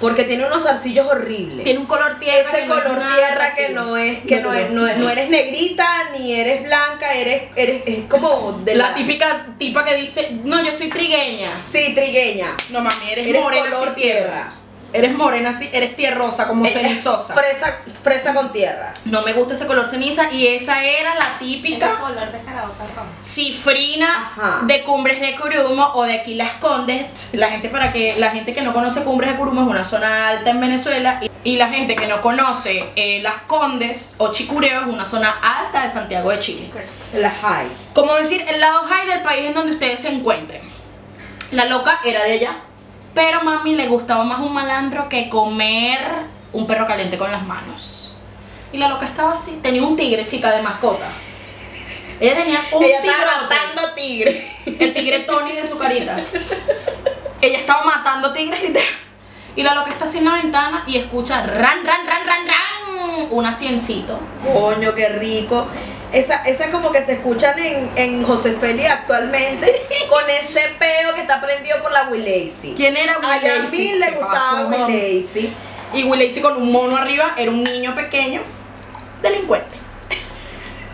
Speaker 2: Porque tiene unos zarcillos horribles.
Speaker 1: tiene un color tierra.
Speaker 2: ese
Speaker 1: que no es
Speaker 2: color
Speaker 1: nada
Speaker 2: tierra que
Speaker 1: atractivo.
Speaker 2: no es que no, es, no, es- no eres negrita ni eres blanca eres eres es como de
Speaker 1: La típica tipa que dice, no, yo soy trigueña.
Speaker 2: sí trigueña
Speaker 1: No mami, eres,
Speaker 2: Eres
Speaker 1: morena
Speaker 2: color
Speaker 1: sin tierra.
Speaker 2: tierra.
Speaker 1: Eres morena, así, eres tierrosa, como
Speaker 2: Eh, eh,
Speaker 1: cenizosa.
Speaker 2: fresa fresa con tierra
Speaker 1: No me gusta ese color ceniza y esa era la
Speaker 4: Ese
Speaker 1: típica
Speaker 4: color de caraota rojo.
Speaker 1: cifrina
Speaker 2: Ajá.
Speaker 1: de Cumbres de Curumo o de aquí Las Condes. La gente para que la gente que no conoce Cumbres de Curumo es una zona alta en Venezuela y, y la gente que no conoce eh, Las Condes o Chicureo es una zona alta de Santiago de Chile.
Speaker 2: la high
Speaker 1: Como decir, el lado high del país en donde ustedes se encuentren. La loca era de allá, pero mami le gustaba más un malandro que comer un perro caliente con las manos. Y la loca estaba así, tenía un tigre chica de mascota. Ella tenía un
Speaker 2: ella
Speaker 1: tigre,
Speaker 2: está matando tigre
Speaker 1: el tigre Tony de su carita. Ella estaba matando tigres literal. Y la loca está así en la ventana y escucha ran, ran, ran, ran, ran, un asiencito.
Speaker 2: coño qué rico esa, esa como que se escuchan en, en Josefelia actualmente con ese peo que está prendido por la Will Lacy.
Speaker 1: ¿Quién era
Speaker 2: A
Speaker 1: Will Lacy?
Speaker 2: Yamil le
Speaker 1: ¿Qué pasó,
Speaker 2: gustaba
Speaker 1: mamá?
Speaker 2: Will Lacy.
Speaker 1: Y Will Lacy con un mono arriba era un niño pequeño, delincuente.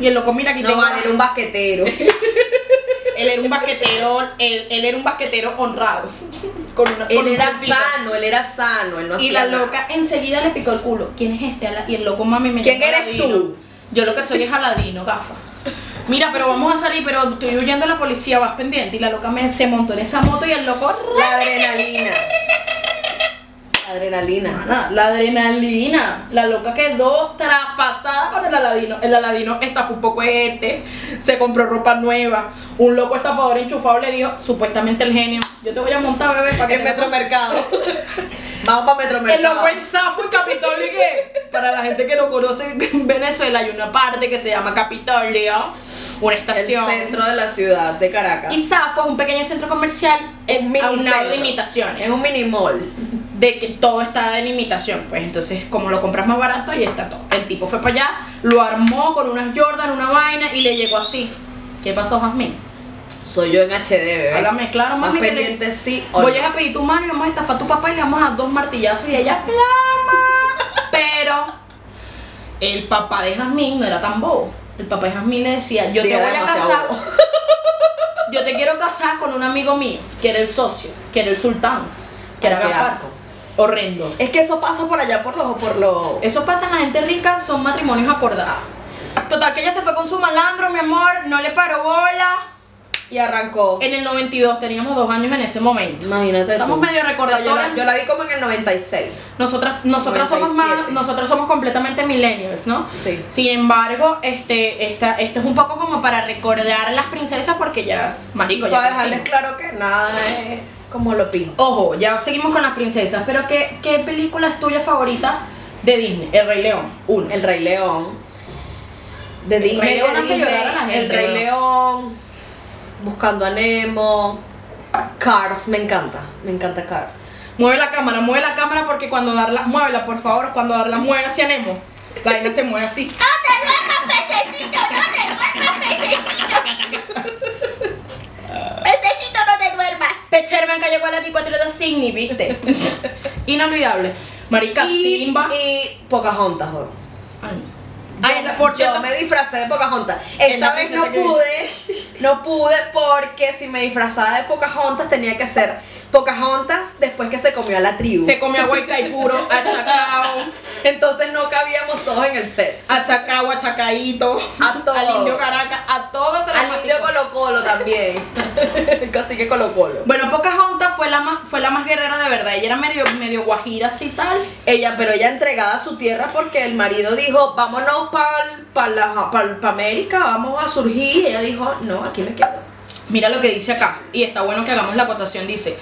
Speaker 1: Y el loco, mira, aquí
Speaker 2: No
Speaker 1: tengo-
Speaker 2: vale, era un basquetero.
Speaker 1: Él era un basquetero, él, él era un basquetero honrado. Con una, con
Speaker 2: Él
Speaker 1: un
Speaker 2: era
Speaker 1: zapito.
Speaker 2: sano, él era sano, él no
Speaker 1: Y
Speaker 2: hacía
Speaker 1: la
Speaker 2: nada.
Speaker 1: loca enseguida le picó el culo. ¿Quién es este? Ala- Y el loco, mami, me
Speaker 2: ¿Quién
Speaker 1: llamo
Speaker 2: eres
Speaker 1: Aladino.
Speaker 2: tú?
Speaker 1: Yo lo que soy es Aladino, gafa. Mira, pero vamos a salir, pero estoy huyendo de la policía, vas pendiente. Y la loca me, se montó en esa moto y el loco...
Speaker 2: La adrenalina. La adrenalina.
Speaker 1: Hermana, la adrenalina. La loca quedó traspasada con el aladino. El aladino estafó un poco este, se compró ropa nueva. Un loco estafador enchufado le dijo, supuestamente el genio, yo te voy a montar, bebé, para que
Speaker 2: En
Speaker 1: te
Speaker 2: Metromercado. Vamos para
Speaker 1: el
Speaker 2: Metromercado.
Speaker 1: loco en Safo y Capitolio, ¿y ¿qué? Para la gente que no conoce en Venezuela hay una parte que se llama Capitolio, una
Speaker 2: El
Speaker 1: estación.
Speaker 2: centro de la ciudad de Caracas.
Speaker 1: Y Safo es un pequeño centro comercial eh,
Speaker 2: Un minicentro.
Speaker 1: aunado de imitaciones.
Speaker 2: Es un mini mall.
Speaker 1: de que todo está en imitación. Pues entonces, como lo compras más barato, y está todo. El tipo fue para allá, lo armó con unas Jordan, una vaina, y le llegó así. ¿Qué pasó, Jasmine?
Speaker 2: Soy yo en HD, bebé.
Speaker 1: Háblame claro,
Speaker 2: Más
Speaker 1: mami. que le-
Speaker 2: pendiente sí o
Speaker 1: Voy
Speaker 2: no.
Speaker 1: a pedir tu mano y vamos a estafar a tu papá y le vamos a dar dos martillazos y ella plama. Pero el papá de Jasmine no era tan bobo. El papá de Jasmine le decía, yo
Speaker 2: Sí,
Speaker 1: te
Speaker 2: era
Speaker 1: voy a
Speaker 2: demasiado
Speaker 1: casar.
Speaker 2: bobo.
Speaker 1: Yo te quiero casar con un amigo mío, que era el socio, que era el sultán, que era
Speaker 2: Ay, qué
Speaker 1: Gaspar.
Speaker 2: asco.
Speaker 1: Horrendo.
Speaker 2: Es que eso pasa por allá por los por los
Speaker 1: Eso pasa en la gente rica, son matrimonios acordados. Total, que ella se fue con su malandro, mi amor, no le paró bola.
Speaker 2: y arrancó.
Speaker 1: En el 92, teníamos dos años en ese momento.
Speaker 2: Imagínate
Speaker 1: Estamos
Speaker 2: tú.
Speaker 1: medio recordatorias.
Speaker 2: Yo la, yo la vi como en el 96.
Speaker 1: Nosotras, nosotras somos más,
Speaker 2: 97.
Speaker 1: nosotras somos completamente millennials, ¿no?
Speaker 2: Sí.
Speaker 1: Sin embargo, este, esta, esto es un poco como para recordar las princesas porque ya, marico, ya
Speaker 2: Para dejarles
Speaker 1: crecimos.
Speaker 2: claro que nada es como lo pinto.
Speaker 1: Ojo, ya seguimos con las princesas, pero ¿qué, qué película es tuya favorita de Disney? El Rey León, uno.
Speaker 2: El Rey León. De Disney.
Speaker 1: Rey León
Speaker 2: de
Speaker 1: hace
Speaker 2: Disney,
Speaker 1: llorar a la gente,
Speaker 2: El Rey
Speaker 1: weón.
Speaker 2: León. Buscando a Nemo. Cars, me encanta. Me encanta Cars.
Speaker 1: Mueve la cámara, mueve la cámara porque cuando darla, muévela por favor, cuando darla mueve hacia Nemo. La vaina se mueve así.
Speaker 4: ¡No te duermas, pececito! ¡No te duermas, pececito! ¡Pececito, no te duermas!
Speaker 1: Este Sherman cayó con la picuatra de Signy, ¿viste? Inolvidable. Marica
Speaker 2: Y,
Speaker 1: Simba.
Speaker 2: y Pocahontas, weón.
Speaker 1: Ay, no.
Speaker 2: Ay,
Speaker 1: eh, Yo-
Speaker 2: por
Speaker 1: yo
Speaker 2: cierto,
Speaker 1: me-
Speaker 2: me disfracé de Pocahontas.
Speaker 1: Es la
Speaker 2: Esta vez no
Speaker 1: princesa que
Speaker 2: pude, no pude porque si me disfrazaba de Pocahontas tenía que ser Pocahontas después que se comió a la tribu.
Speaker 1: se come a Huaycaipuro, a Chacao,
Speaker 2: Entonces no cabíamos todos en el set.
Speaker 1: a Chacao, a Chacaito,
Speaker 2: A todos.
Speaker 1: al Indio Caracas, a todos se
Speaker 2: Al
Speaker 1: los
Speaker 2: indio Colo Colo también. Casi que Colo Colo.
Speaker 1: Bueno, Pocahontas fue la más, fue la más guerrera de verdad. Ella era medio, medio guajira así tal.
Speaker 2: Ella, pero ella entregada a su tierra porque el marido dijo, vámonos para América, vamos a surgir. Y ella dijo, no, aquí me quedo.
Speaker 1: Mira lo que dice acá. Y está bueno que hagamos la acotación. Dice,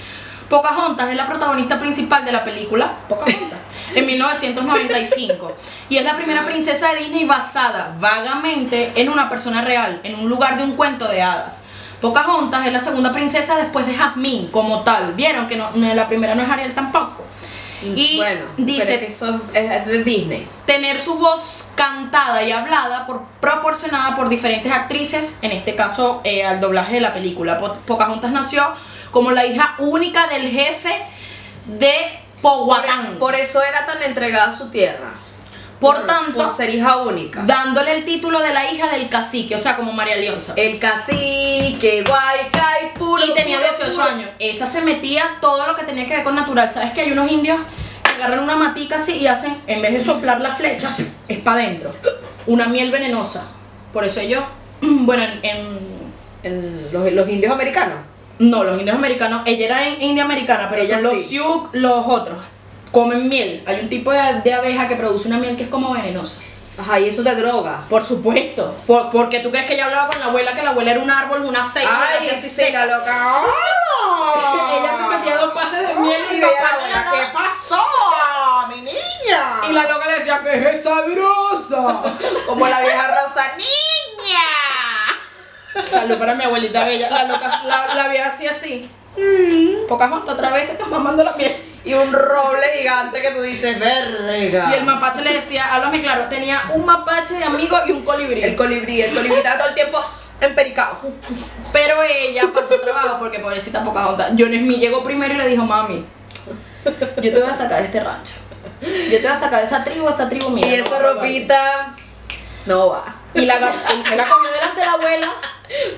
Speaker 1: Pocahontas es la protagonista principal de la película Pocahontas en 1995. Y es la primera princesa de Disney basada vagamente en una persona real, en un lugar de un cuento de hadas. Pocahontas es la segunda princesa después de Jasmine como tal. Vieron que no, no, la primera no es Ariel tampoco. Y
Speaker 2: bueno,
Speaker 1: dice-
Speaker 2: pero es que eso es, es de Disney.
Speaker 1: tener su voz cantada y hablada por, proporcionada por diferentes actrices, en este caso eh, al doblaje de la película. Po- Pocahontas nació como la hija única del jefe de Powhatan. Por,
Speaker 2: Por eso era tan entregada a su tierra.
Speaker 1: tanto,
Speaker 2: por ser hija única.
Speaker 1: dándole el título de la hija del cacique, o sea, como María Leonza.
Speaker 2: El cacique, guay, cay, puro.
Speaker 1: Y tenía
Speaker 2: puro,
Speaker 1: 18
Speaker 2: puro.
Speaker 1: años. Esa se metía todo lo que tenía que ver con natural. ¿Sabes que hay unos indios que agarran una matica así y hacen, en vez de soplar la flecha, es para adentro? Una miel venenosa. Por eso ellos, mm, bueno, en, en-
Speaker 2: El- los, los indios americanos.
Speaker 1: no, los indios americanos, ella era in- india americana, pero
Speaker 2: Ella
Speaker 1: son los
Speaker 2: sí.
Speaker 1: Sioux, los otros, comen miel. Hay un tipo de, de abeja que produce una miel que es como venenosa.
Speaker 2: Ajá, y eso de droga.
Speaker 1: Por supuesto. Por- porque tú crees que ella hablaba con la abuela, que la abuela era un árbol, una aceite,
Speaker 2: Ay,
Speaker 1: así
Speaker 2: sí,
Speaker 1: seca.
Speaker 2: la loca.
Speaker 1: Ella se metía dos pases de miel y dos
Speaker 2: veía la
Speaker 1: pases de
Speaker 2: abuela,
Speaker 1: la-
Speaker 2: pasó, mi niña?
Speaker 1: Y la loca le decía que es sabrosa.
Speaker 2: Como la vieja rosa, niña.
Speaker 1: Salud para mi abuelita bella. La loca, la, la vieja así así. Pocahontas, otra vez te estás mamando la piel.
Speaker 2: Y un roble gigante que tú dices, verga.
Speaker 1: Y el mapache le decía, háblame claro, tenía un mapache de amigo y un colibrí.
Speaker 2: El colibrí, el colibrí estaba todo el tiempo empericado.
Speaker 1: Pero ella pasó trabajo porque pobrecita Pocahontas. John Smith llegó primero y le dijo, mami, yo te voy a sacar de este rancho. Yo te voy a sacar de esa tribu, esa tribu mía.
Speaker 2: Y esa ropita no va.
Speaker 1: Y la, agar- él se la comió delante de la abuela.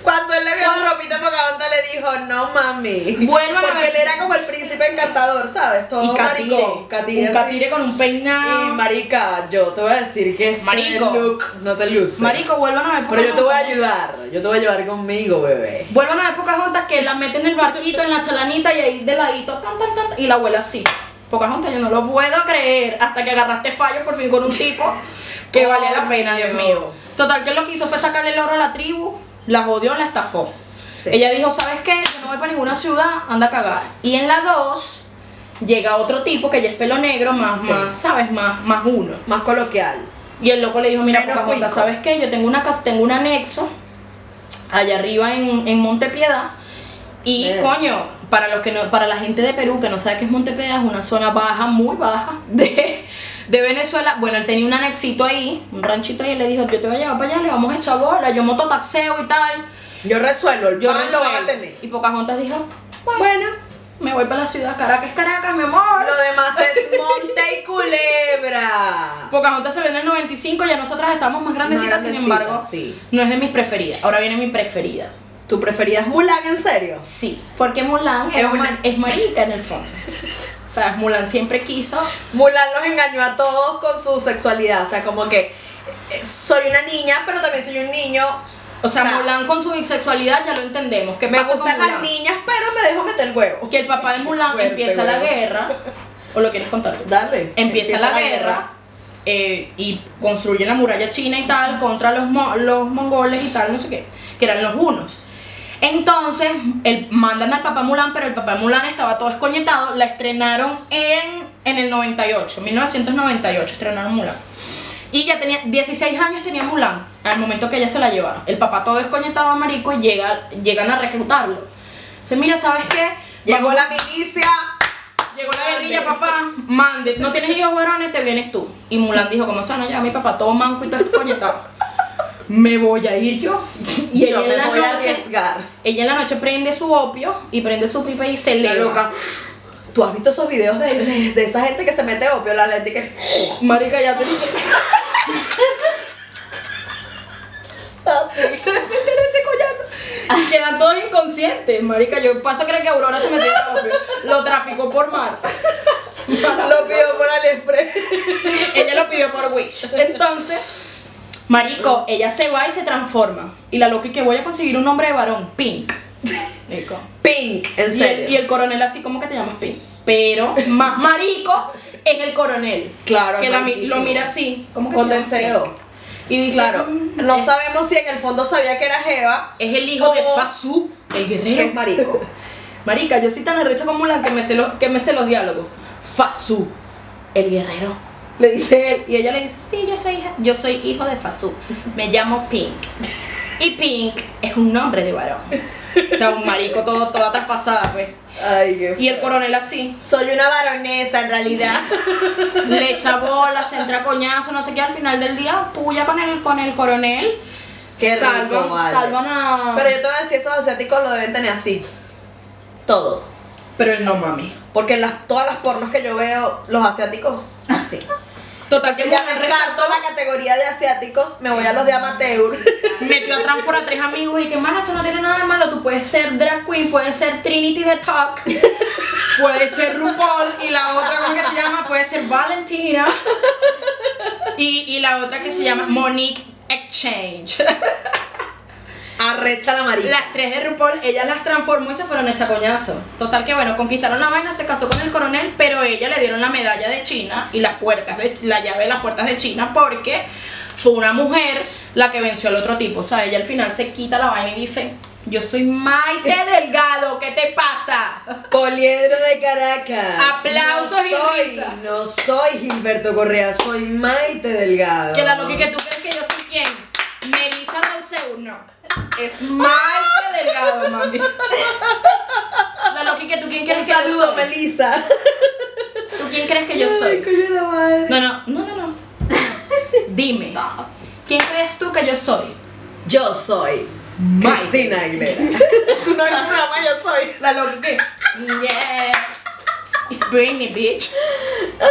Speaker 2: Cuando él le vio la ropita Pocahontas le dijo, no mami.
Speaker 1: Vuelvan a
Speaker 2: Porque
Speaker 1: ver.
Speaker 2: él era como el príncipe encantador, ¿sabes? Todo
Speaker 1: y catire.
Speaker 2: maricón. Catire,
Speaker 1: un
Speaker 2: sí.
Speaker 1: catire con un peinado.
Speaker 2: Y marica, yo te voy a decir que ese
Speaker 1: Marico.
Speaker 2: look no te luce.
Speaker 1: Marico, vuelvan a ver
Speaker 2: Pero yo te voy a
Speaker 1: Pocahontas.
Speaker 2: ayudar. Yo te voy a llevar conmigo, bebé.
Speaker 1: Vuelvan a ver Pocahontas que la meten en el barquito, en la chalanita y ahí de ladito, tan, tan, tan, y la abuela así. Pocahontas, yo no lo puedo creer hasta que agarraste fallo por fin con un tipo que
Speaker 2: Oh,
Speaker 1: valía la pena, Dios mío. Total, que lo que hizo fue sacarle el oro a la tribu, la jodió, la estafó.
Speaker 2: Sí.
Speaker 1: Ella dijo, ¿sabes qué? Yo no voy para ninguna ciudad, anda a cagar. Y en la 2 llega otro tipo que ya es pelo negro, más,
Speaker 2: Sí.
Speaker 1: más, ¿sabes? Más, más uno.
Speaker 2: Más coloquial.
Speaker 1: Y el loco le dijo, mira,
Speaker 2: Menos
Speaker 1: Pocahontas,
Speaker 2: cuico.
Speaker 1: ¿sabes qué? Yo tengo una casa, tengo un anexo allá arriba en, en Montepiedad. Y
Speaker 2: Ver.
Speaker 1: coño, para los que no, para la gente de Perú que no sabe qué es Montepiedad, es una zona baja, muy baja de, de Venezuela. Bueno, él tenía un anexito ahí, un ranchito ahí, y le dijo, yo te voy a llevar para allá, le vamos a echar bola, yo mototaxeo y tal.
Speaker 2: Yo resuelvo, el
Speaker 1: Yo
Speaker 2: yo Ah, lo van a
Speaker 1: resuelvo".
Speaker 2: tener.
Speaker 1: Y Pocahontas dijo, bueno,
Speaker 2: Bueno,
Speaker 1: me voy para la ciudad, Caracas, Caracas, mi amor.
Speaker 2: lo demás es monte y culebra.
Speaker 1: Pocahontas se vio en el 95, ya nosotras estamos más grandecitas,
Speaker 2: Más
Speaker 1: sin
Speaker 2: grandecitas,
Speaker 1: embargo,
Speaker 2: sí.
Speaker 1: no es de mis preferidas. Ahora viene mi preferida.
Speaker 2: ¿Tú preferías Mulan, en serio?
Speaker 1: Sí, porque Mulan
Speaker 2: Es
Speaker 1: es,
Speaker 2: una-
Speaker 1: ma- es marica en el fondo. O sea, Mulan siempre quiso.
Speaker 2: Mulan los engañó a todos con su sexualidad. O sea, como que eh, soy una niña, pero también soy un niño.
Speaker 1: O sea,
Speaker 2: O sea,
Speaker 1: Mulan con su bisexualidad ya lo entendemos. ¿Qué
Speaker 2: Me
Speaker 1: pasa con
Speaker 2: gustan las
Speaker 1: Mulan?
Speaker 2: niñas, pero me dejo meter huevo.
Speaker 1: Que el papá de Mulan
Speaker 2: Fuerte,
Speaker 1: empieza la
Speaker 2: weón.
Speaker 1: guerra. ¿O lo quieres contar? tú?
Speaker 2: Dale.
Speaker 1: Empieza, la, guerra. eh, y construyen la muralla china y tal contra los, mo- los mongoles y tal, no sé qué, que eran los unos. Entonces, el, mandan al papá Mulan, pero el papá Mulan estaba todo escoñetado. La estrenaron en, en el 98, 1998 estrenaron Mulan. Y ya tenía 16 años tenía Mulan al momento que ella se la llevaron. El papá todo desconectado a Marico y llega, llegan a reclutarlo. Dice, mira, ¿sabes qué?
Speaker 2: Llegó la milicia.
Speaker 1: llegó la guerrilla, papá. Mande, no tienes hijos varones, te vienes tú. Y Mulan dijo, como sana ya, mi papá, todo manco y tal coñetado. Me voy a ir yo. Y
Speaker 2: Yo
Speaker 1: ella en
Speaker 2: me
Speaker 1: la
Speaker 2: voy a
Speaker 1: noche-
Speaker 2: arriesgar.
Speaker 1: Ella en la noche prende su opio y prende su pipa y se
Speaker 2: La
Speaker 1: le
Speaker 2: loca. ¿Tú has visto esos videos de, ese- de esa gente que se mete opio en la lente y que...
Speaker 1: Marica ya se se meten este collazo. Y quedan todos inconscientes, marica. Yo paso a creer que Aurora se metió en el opio. Lo traficó por mar.
Speaker 2: Lo pido por AliExpress.
Speaker 1: Ella lo pidió por Wish. Entonces, marico, ella se va y se transforma. Y la loca y que voy a conseguir un nombre de varón, Pink. Marico.
Speaker 2: Pink, en
Speaker 1: Y
Speaker 2: serio.
Speaker 1: el, y el coronel así, ¿cómo que te llamas Pink? Pero más marico es el coronel.
Speaker 2: Claro,
Speaker 1: Que
Speaker 2: es
Speaker 1: la mi-
Speaker 2: riquísimo.
Speaker 1: lo mira así, ¿cómo que
Speaker 2: con
Speaker 1: te llamas
Speaker 2: deseo.
Speaker 1: Pink? Y dice,
Speaker 2: Claro, no
Speaker 1: es-
Speaker 2: sabemos si en el fondo sabía que era Jeva,
Speaker 1: Es el hijo de
Speaker 2: O-
Speaker 1: Fasu, el
Speaker 2: que es
Speaker 1: guerrero.
Speaker 2: marico.
Speaker 1: Marica, yo soy tan arrecha como la que me sé, lo- que me sé los diálogos. Fasu, el guerrero. Le dice él. Y ella le dice, sí, yo soy, hija- yo soy hijo de Fasu. Me llamo Pink. Y Pink es un nombre de varón. O sea, un marico todo, toda traspasada, pues.
Speaker 2: Ay, qué
Speaker 1: Y el coronel así.
Speaker 2: Soy una baronesa en realidad.
Speaker 1: le echa bolas, se entra coñazo, no sé qué, al final del día puya con el, con el coronel.
Speaker 2: Qué rico,
Speaker 1: salvan,
Speaker 2: vale.
Speaker 1: salvan a.
Speaker 2: Pero yo te voy a decir, esos asiáticos lo deben tener así. Todos.
Speaker 1: Pero él no mami.
Speaker 2: Porque en las, todas las pornos que yo veo, los asiáticos, así.
Speaker 1: Total que
Speaker 2: Si
Speaker 1: el
Speaker 2: ya
Speaker 1: coronel
Speaker 2: descarto la categoría de asiáticos, me voy a los de amateur.
Speaker 1: metió a Transfor a tres amigos y que mala, eso no tiene nada de malo. Tú puedes ser drag queen, puedes ser Trinity the Talk, puedes ser RuPaul y la otra ¿cómo que se llama puede ser Valentina y, y la otra que se llama Monique Exchange.
Speaker 2: Arrecha la marica.
Speaker 1: Las tres de RuPaul, ellas las transformó y se fueron a chacoñazo. Total que bueno, conquistaron la vaina, se casó con el coronel, pero ella le dieron la medalla de China y las puertas de la llave de las puertas de China porque fue una mujer la que venció al otro tipo. O sea, ella al final se quita la vaina y dice, yo soy Maite Delgado, ¿qué te
Speaker 2: Ah,
Speaker 1: pasa?
Speaker 2: Poliedro de Caracas.
Speaker 1: Aplausos y
Speaker 2: no soy,
Speaker 1: risas.
Speaker 2: No soy Gilberto Correa, soy Maite Delgado.
Speaker 1: Que la loca que tú crees que yo soy quién. Melissa Rousseau, no. Es Maite Delgado, mami. La loca que tú quién crees
Speaker 2: Un
Speaker 1: que yo
Speaker 2: saludo,
Speaker 1: soy.
Speaker 2: Melissa.
Speaker 1: ¿Tú quién crees que yo soy?
Speaker 2: coño la madre.
Speaker 1: No, no, no, no, no. Dime, ¿quién crees tú que yo soy?
Speaker 2: Yo soy
Speaker 1: Maite.
Speaker 2: Cristina Aguilera. tú no eres programa, yo soy.
Speaker 1: La loca que. Yeah. It's Britney, bitch.
Speaker 2: Ah.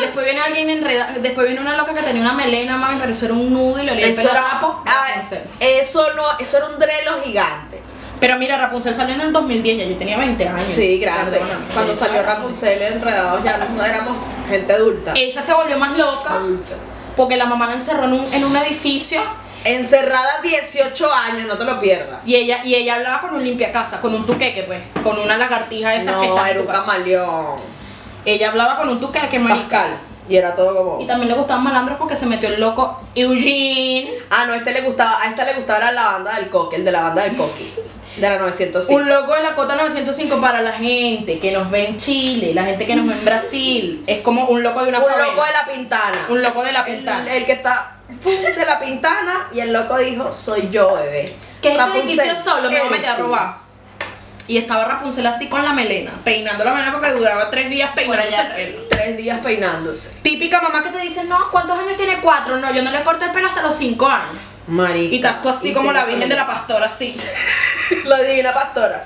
Speaker 1: Después viene alguien enredado. Después viene una loca que tenía una melena, mami, pero eso era un nudo y le olía el pelo a Rapo-
Speaker 2: Ah,
Speaker 1: Rapunzel.
Speaker 2: eso no, eso era un drelo gigante.
Speaker 1: Pero mira, Rapunzel salió en el 2010, ya yo tenía 20 años.
Speaker 2: Sí, grande.
Speaker 1: Perdóname.
Speaker 2: Cuando
Speaker 1: Sí,
Speaker 2: salió
Speaker 1: claro.
Speaker 2: Rapunzel enredados ya no éramos gente adulta.
Speaker 1: Esa se volvió más loca
Speaker 2: Adulta.
Speaker 1: porque la mamá la encerró en un, en un edificio
Speaker 2: Encerrada 18 años, no te lo pierdas.
Speaker 1: y ella, y ella hablaba con un limpiacasa, con un tuqueque, pues, con una lagartija esa que
Speaker 2: No,
Speaker 1: está en
Speaker 2: era
Speaker 1: tu
Speaker 2: un
Speaker 1: casa.
Speaker 2: camaleón.
Speaker 1: Ella hablaba con un tuque que marica.
Speaker 2: Pascal. Y era todo
Speaker 1: Y
Speaker 2: como.
Speaker 1: también le gustaban malandros porque se metió el loco Eugene.
Speaker 2: Ah, no, a este le gustaba, a esta le gustaba era la banda del coque, el de la banda del coque. De la 905.
Speaker 1: Un loco de la cota 905 para la gente que nos ve en Chile, la gente que nos ve en Brasil. Es como un loco de una
Speaker 2: Un
Speaker 1: favela.
Speaker 2: loco de la pintana.
Speaker 1: Un loco de la pintada.
Speaker 2: El, el que está pum, de la pintana y el loco dijo, soy yo, bebé.
Speaker 1: Que este
Speaker 2: Rapunzel,
Speaker 1: edificio solo me voy a
Speaker 2: eres
Speaker 1: meter a
Speaker 2: tú.
Speaker 1: robar. Y estaba Rapunzel así con la melena, peinando la melena porque duraba tres días peinándose el pelo.
Speaker 2: Tres días peinándose.
Speaker 1: Típica mamá que te dice, no, ¿cuántos años tiene? Cuatro. No, yo no le corto el pelo hasta los cinco años.
Speaker 2: Marica.
Speaker 1: Y estás tú así como la virgen de la pastora, así.
Speaker 2: La divina pastora.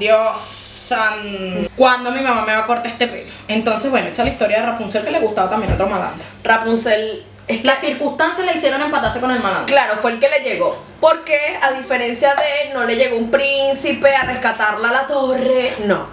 Speaker 1: Dios san. ¿Cuándo mi mamá me va a cortar este pelo? Entonces, bueno, echa la historia de Rapunzel que le gustaba también a otro malandro.
Speaker 2: Rapunzel es
Speaker 1: Las circunstancias le hicieron empatarse con el malandro.
Speaker 2: Claro, fue el que le llegó. Porque a diferencia de no le llegó un príncipe a rescatarla a la torre. No.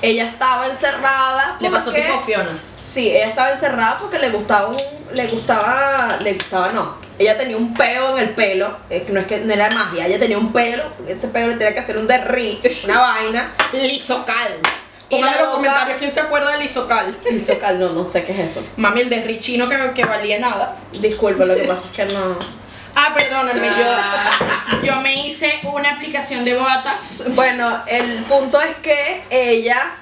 Speaker 2: Ella estaba encerrada.
Speaker 1: Le pasó
Speaker 2: porque-
Speaker 1: tipo Fiona.
Speaker 2: Sí, ella estaba encerrada porque le gustaba un. Le gustaba. Le gustaba, no. Ella tenía un peo en el pelo. es que no es que no era magia, ella tenía un pelo. Ese pelo le tenía que hacer un derrite, una vaina.
Speaker 1: Lizocal.
Speaker 2: Y
Speaker 1: Pónganme
Speaker 2: la
Speaker 1: en los
Speaker 2: boca-
Speaker 1: comentarios quién se acuerda de Lizocal.
Speaker 2: Y se cal- no, no sé qué es eso.
Speaker 1: Mami, el de Richino que, que valía nada.
Speaker 2: Disculpa, lo que pasa es que no.
Speaker 1: Ah, perdónenme, yo, yo me hice una aplicación de Botax.
Speaker 2: Bueno, el punto es que ella,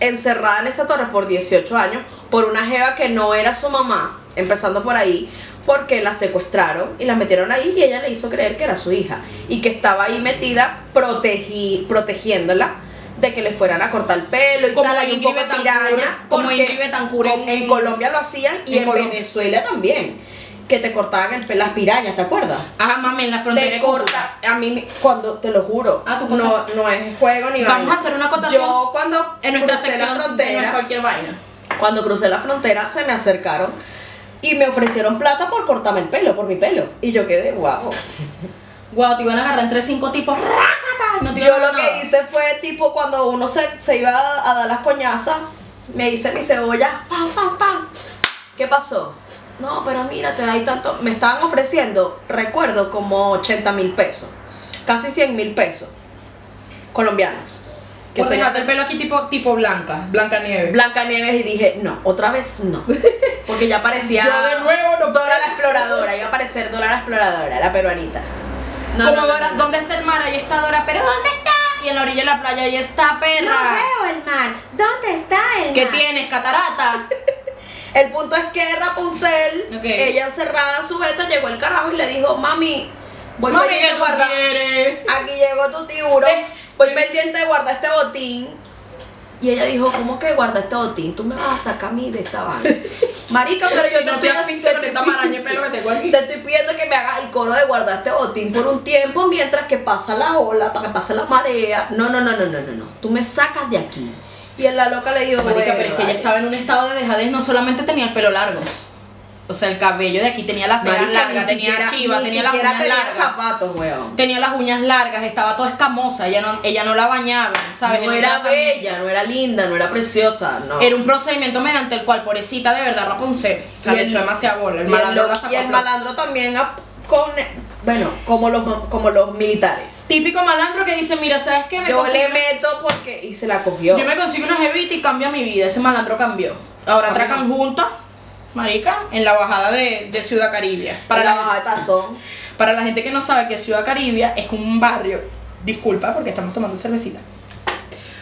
Speaker 2: encerrada en esa torre por 18 años, por una jeva que no era su mamá, empezando por ahí, porque la secuestraron y la metieron ahí y ella le hizo creer que era su hija y que estaba ahí metida protegi- protegiéndola de que le fueran a cortar el pelo y
Speaker 1: Como
Speaker 2: tal, hay un
Speaker 1: Ingrid
Speaker 2: poco de
Speaker 1: Betancourt,
Speaker 2: piraña,
Speaker 1: como
Speaker 2: porque
Speaker 1: Ingrid Betancourt
Speaker 2: con- en,
Speaker 1: en-
Speaker 2: Colombia lo hacían y
Speaker 1: en
Speaker 2: en,
Speaker 1: Colombia.
Speaker 2: Venezuela también, que te cortaban el pe- las pirañas, ¿te acuerdas?
Speaker 1: Ah, mami, en la frontera
Speaker 2: Te
Speaker 1: de Cúcuta.
Speaker 2: corta, a mí, me- cuando, te lo juro,
Speaker 1: Ah, tú
Speaker 2: no,
Speaker 1: pasaste.
Speaker 2: no es juego ni
Speaker 1: Vamos
Speaker 2: vaina.
Speaker 1: a hacer una acotación
Speaker 2: Yo cuando
Speaker 1: En nuestra
Speaker 2: crucé la
Speaker 1: sección
Speaker 2: frontera,
Speaker 1: no es cualquier vaina.
Speaker 2: cuando crucé la frontera se me acercaron y me ofrecieron plata por cortarme el pelo, por mi pelo. Y yo quedé, wow.
Speaker 1: Guau, te iban a agarrar entre cinco tipos. ¡Rácata! No te iban
Speaker 2: Yo
Speaker 1: a
Speaker 2: lo
Speaker 1: dar nada.
Speaker 2: que hice fue tipo cuando uno se, se iba a, a dar las coñazas, me hice mi cebolla, pam, pam, pam. ¿Qué pasó? No, pero mírate, hay tanto. Me estaban ofreciendo, recuerdo, como 80 mil pesos. Casi 100 mil pesos. Colombianos. Que
Speaker 1: Por
Speaker 2: se
Speaker 1: dejarte el pelo aquí tipo, tipo blanca, blanca nieve.
Speaker 2: Blanca Nieves y dije, no, otra vez no. Porque ya parecía.
Speaker 1: Yo de nuevo no
Speaker 2: Dora la exploradora, iba a parecer Dora la exploradora, la peruanita. No,
Speaker 1: Como
Speaker 2: no, no,
Speaker 1: Dora,
Speaker 2: no.
Speaker 1: ¿dónde está el mar? Ahí está Dora, pero ¿dónde está? Y en la orilla de la playa, ahí está,
Speaker 4: No
Speaker 1: perra.
Speaker 4: veo el mar. ¿Dónde está el
Speaker 1: ¿Qué
Speaker 4: mar?
Speaker 1: tienes, catarata?
Speaker 2: El punto es que Rapunzel,
Speaker 1: Ok.
Speaker 2: ella encerrada en su beta, llegó el carajo y le dijo, mami, voy
Speaker 1: Mami, ¿qué
Speaker 2: pendiente de
Speaker 1: tú Eh,
Speaker 2: guardar.
Speaker 1: quieres?
Speaker 2: Aquí llegó tu tiburón,
Speaker 1: Ve,
Speaker 2: voy pendiente de guardar este botín. Y ella dijo, ¿cómo que guarda este botín? Tú me vas a sacar a mí de esta vaina. Marica, pero yo
Speaker 1: Si no
Speaker 2: te,
Speaker 1: te
Speaker 2: estoy
Speaker 1: asfixio
Speaker 2: haciendo-
Speaker 1: con
Speaker 2: te
Speaker 1: esta
Speaker 2: estoy
Speaker 1: maraña de pelo que tengo aquí.
Speaker 2: te estoy pidiendo que me hagas el coro de guardar este botín por un tiempo mientras que pasa la ola, para que pase la marea. No, no, no, no, no, no, no. Tú me sacas de aquí. Y en la loca le dijo,
Speaker 1: Marica,
Speaker 2: "Bueno,
Speaker 1: pero es que ella
Speaker 2: dale".
Speaker 1: estaba en un estado de dejadez, no solamente tenía el pelo largo. O sea, el cabello de aquí tenía las cejas
Speaker 2: Marica, ni
Speaker 1: largas, tenía
Speaker 2: siquiera-
Speaker 1: chiva,
Speaker 2: ni
Speaker 1: tenía las
Speaker 2: siquiera
Speaker 1: uñas
Speaker 2: tenía
Speaker 1: largas.
Speaker 2: zapatos, weón.
Speaker 1: Tenía las uñas largas, estaba toda escamosa, ella no, ella no la bañaba, ¿sabes?
Speaker 2: No
Speaker 1: Era
Speaker 2: era
Speaker 1: un tratamiento.
Speaker 2: bella, no era linda, no era preciosa, no.
Speaker 1: Era un procedimiento mediante el cual, pobrecita, de verdad, Rapunzel se
Speaker 2: Y
Speaker 1: le
Speaker 2: el-
Speaker 1: echó demasiado bola. El
Speaker 2: y el,
Speaker 1: malandro
Speaker 2: lo-
Speaker 1: la sacó
Speaker 2: y el
Speaker 1: a flote.
Speaker 2: malandro también ap- con bueno, como los como los militares.
Speaker 1: Típico malandro que dice, mira, ¿sabes qué? Me
Speaker 2: Yo
Speaker 1: consigo
Speaker 2: le
Speaker 1: una-
Speaker 2: meto porque y se la cogió.
Speaker 1: yo me consigo una jevita y cambia mi vida. Ese malandro cambió. Ahora
Speaker 2: Cambió.
Speaker 1: atracan juntos, marica, en la bajada de, de Ciudad Caribia. Para
Speaker 2: para la
Speaker 1: la,
Speaker 2: bajada de tazón.
Speaker 1: para la gente que no sabe que Ciudad Caribia es un barrio, disculpa porque estamos tomando cervecita,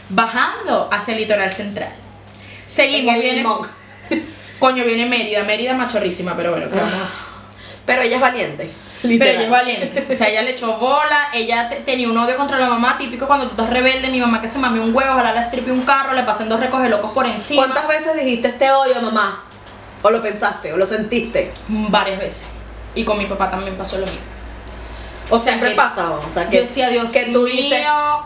Speaker 1: bajando hacia el litoral central. Seguimos,
Speaker 2: En el
Speaker 1: viene...
Speaker 2: limón.
Speaker 1: Coño, viene Mérida. Mérida es machorrísima, pero bueno, ¿qué vamos a hacer?
Speaker 2: Pero ella es valiente.
Speaker 1: Pero
Speaker 2: Ah, literal.
Speaker 1: ella es valiente. O sea, ella le echó bola, ella te- tenía un odio contra la mamá, típico cuando tú estás rebelde, mi mamá que se mame un huevo, ojalá la estripe un carro, le pasen dos recoge locos por encima.
Speaker 2: ¿Cuántas veces dijiste este odio, mamá? ¿O lo pensaste? ¿O lo sentiste?
Speaker 1: Mm, Varias veces. Y con mi papá también pasó lo mismo. O sea,
Speaker 2: Siempre
Speaker 1: que
Speaker 2: pasa, o sea,
Speaker 1: yo
Speaker 2: que,
Speaker 1: decía, Dios
Speaker 2: que tú
Speaker 1: mío,
Speaker 2: dices,
Speaker 1: ojalá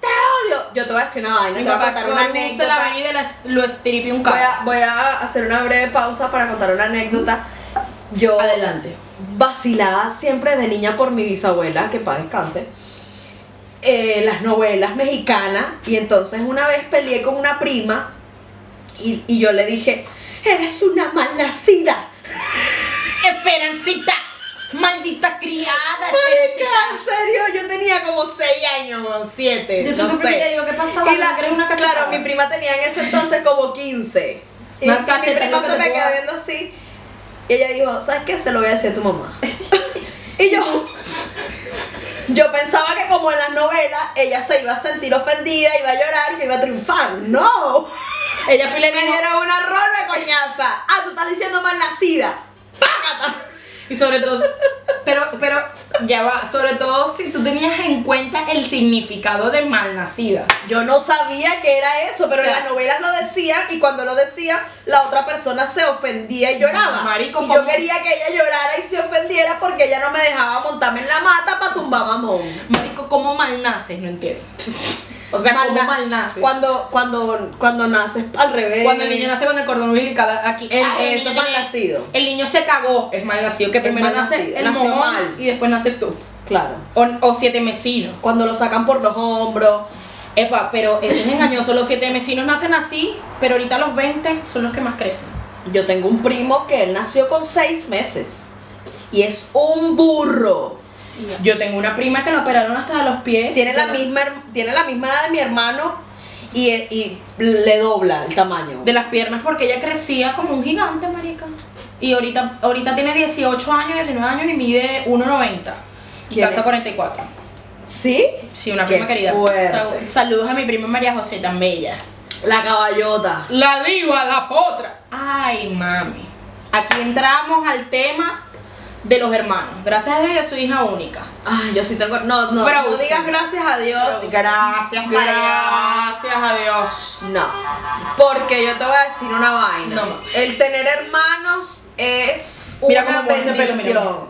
Speaker 2: ¡Te odio! Yo te voy a decir una vaina,
Speaker 1: mi
Speaker 2: te voy a
Speaker 1: papá
Speaker 2: contar una
Speaker 1: cruce la
Speaker 2: anécdota.
Speaker 1: avenida y la- lo estripe un
Speaker 2: Voy
Speaker 1: carro.
Speaker 2: a, voy a hacer una breve pausa para contar una anécdota. Yo
Speaker 1: Adelante.
Speaker 2: vacilada siempre de niña por mi bisabuela, que paz descanse, eh, las novelas mexicanas. Y entonces una vez peleé con una prima y, y yo le dije, eres una malnacida.
Speaker 1: Esperancita, maldita criada,
Speaker 2: Marica,
Speaker 1: esperancita.
Speaker 2: en serio, yo tenía como 6 años, o 7.
Speaker 1: Yo siento que te digo, ¿qué pasaba?
Speaker 2: Y la,
Speaker 1: ¿Quieres una cachetada?
Speaker 2: claro, mi prima tenía en ese entonces como 15. Y,
Speaker 1: Una
Speaker 2: y mi
Speaker 1: cachetada
Speaker 2: prima
Speaker 1: que
Speaker 2: se
Speaker 1: te
Speaker 2: me
Speaker 1: pueda-
Speaker 2: quedó viendo así. Y ella dijo, ¿sabes qué? Se lo voy a decir a tu mamá. y yo, yo pensaba que como en las novelas, ella se iba a sentir ofendida, iba a llorar y yo iba a triunfar. ¡No! Ella fue y le me dieron una rola de coñaza. Ah, tú estás diciendo mal nacida. ¡Págata!
Speaker 1: Y sobre todo, pero, pero, ya va, sobre todo si tú tenías en cuenta el significado de malnacida.
Speaker 2: Yo no sabía que era eso, pero
Speaker 1: O sea,
Speaker 2: en las novelas lo decían y cuando lo decían, la otra persona se ofendía y lloraba.
Speaker 1: Marico,
Speaker 2: y yo
Speaker 1: ¿cómo?
Speaker 2: quería que ella llorara y se ofendiera porque ella no me dejaba montarme en la mata para tumbar mamón.
Speaker 1: Marico, ¿cómo malnaces? No entiendo. O sea, ¿cómo
Speaker 2: Malna-
Speaker 1: malnaces? Cuando,
Speaker 2: Cuando, cuando, cuando naces al revés.
Speaker 1: el niño nace con el cordón umbilical aquí. El,
Speaker 2: Ah,
Speaker 1: el
Speaker 2: eso es
Speaker 1: niño-
Speaker 2: malnacido.
Speaker 1: El niño se cagó. Es malnacido que
Speaker 2: Es
Speaker 1: primero nace
Speaker 2: malnacido,
Speaker 1: el
Speaker 2: nació
Speaker 1: momón
Speaker 2: mal.
Speaker 1: y después naces tú.
Speaker 2: Claro.
Speaker 1: O, o siete mesinos.
Speaker 2: Cuando lo sacan por los hombros.
Speaker 1: Epa, pero eso es engañoso. Los siete mesinos nacen así, pero ahorita los 20 son los que más crecen.
Speaker 2: Yo tengo un primo que él nació con seis meses. Y es un burro.
Speaker 1: Yo tengo una prima que la operaron hasta los pies.
Speaker 2: Tiene la,
Speaker 1: Pero-
Speaker 2: misma, her- tiene la misma edad de mi hermano y, y le dobla el tamaño.
Speaker 1: de las piernas porque ella crecía como un gigante, marica. Y ahorita, ahorita tiene 18 años, 19 años y mide 1,90. Y
Speaker 2: ¿Quién
Speaker 1: calza
Speaker 2: es?
Speaker 1: 44.
Speaker 2: ¿Sí?
Speaker 1: Sí, una
Speaker 2: Qué
Speaker 1: prima querida.
Speaker 2: fuerte.
Speaker 1: Sa- saludos a mi prima María José tan bella.
Speaker 2: La caballota.
Speaker 1: La diva, la potra. Ay, mami. Aquí entramos al tema de los hermanos. Gracias a Dios yo soy hija única.
Speaker 2: Ay, yo sí tengo. No, no.
Speaker 1: Frozen.
Speaker 2: No digas gracias a Dios.
Speaker 1: Gracias, gracias a Dios.
Speaker 2: No. Porque yo te voy a decir una vaina.
Speaker 1: No.
Speaker 2: El tener hermanos es
Speaker 1: Mira
Speaker 2: una
Speaker 1: cómo mueve este pelo, mira.
Speaker 2: bendición.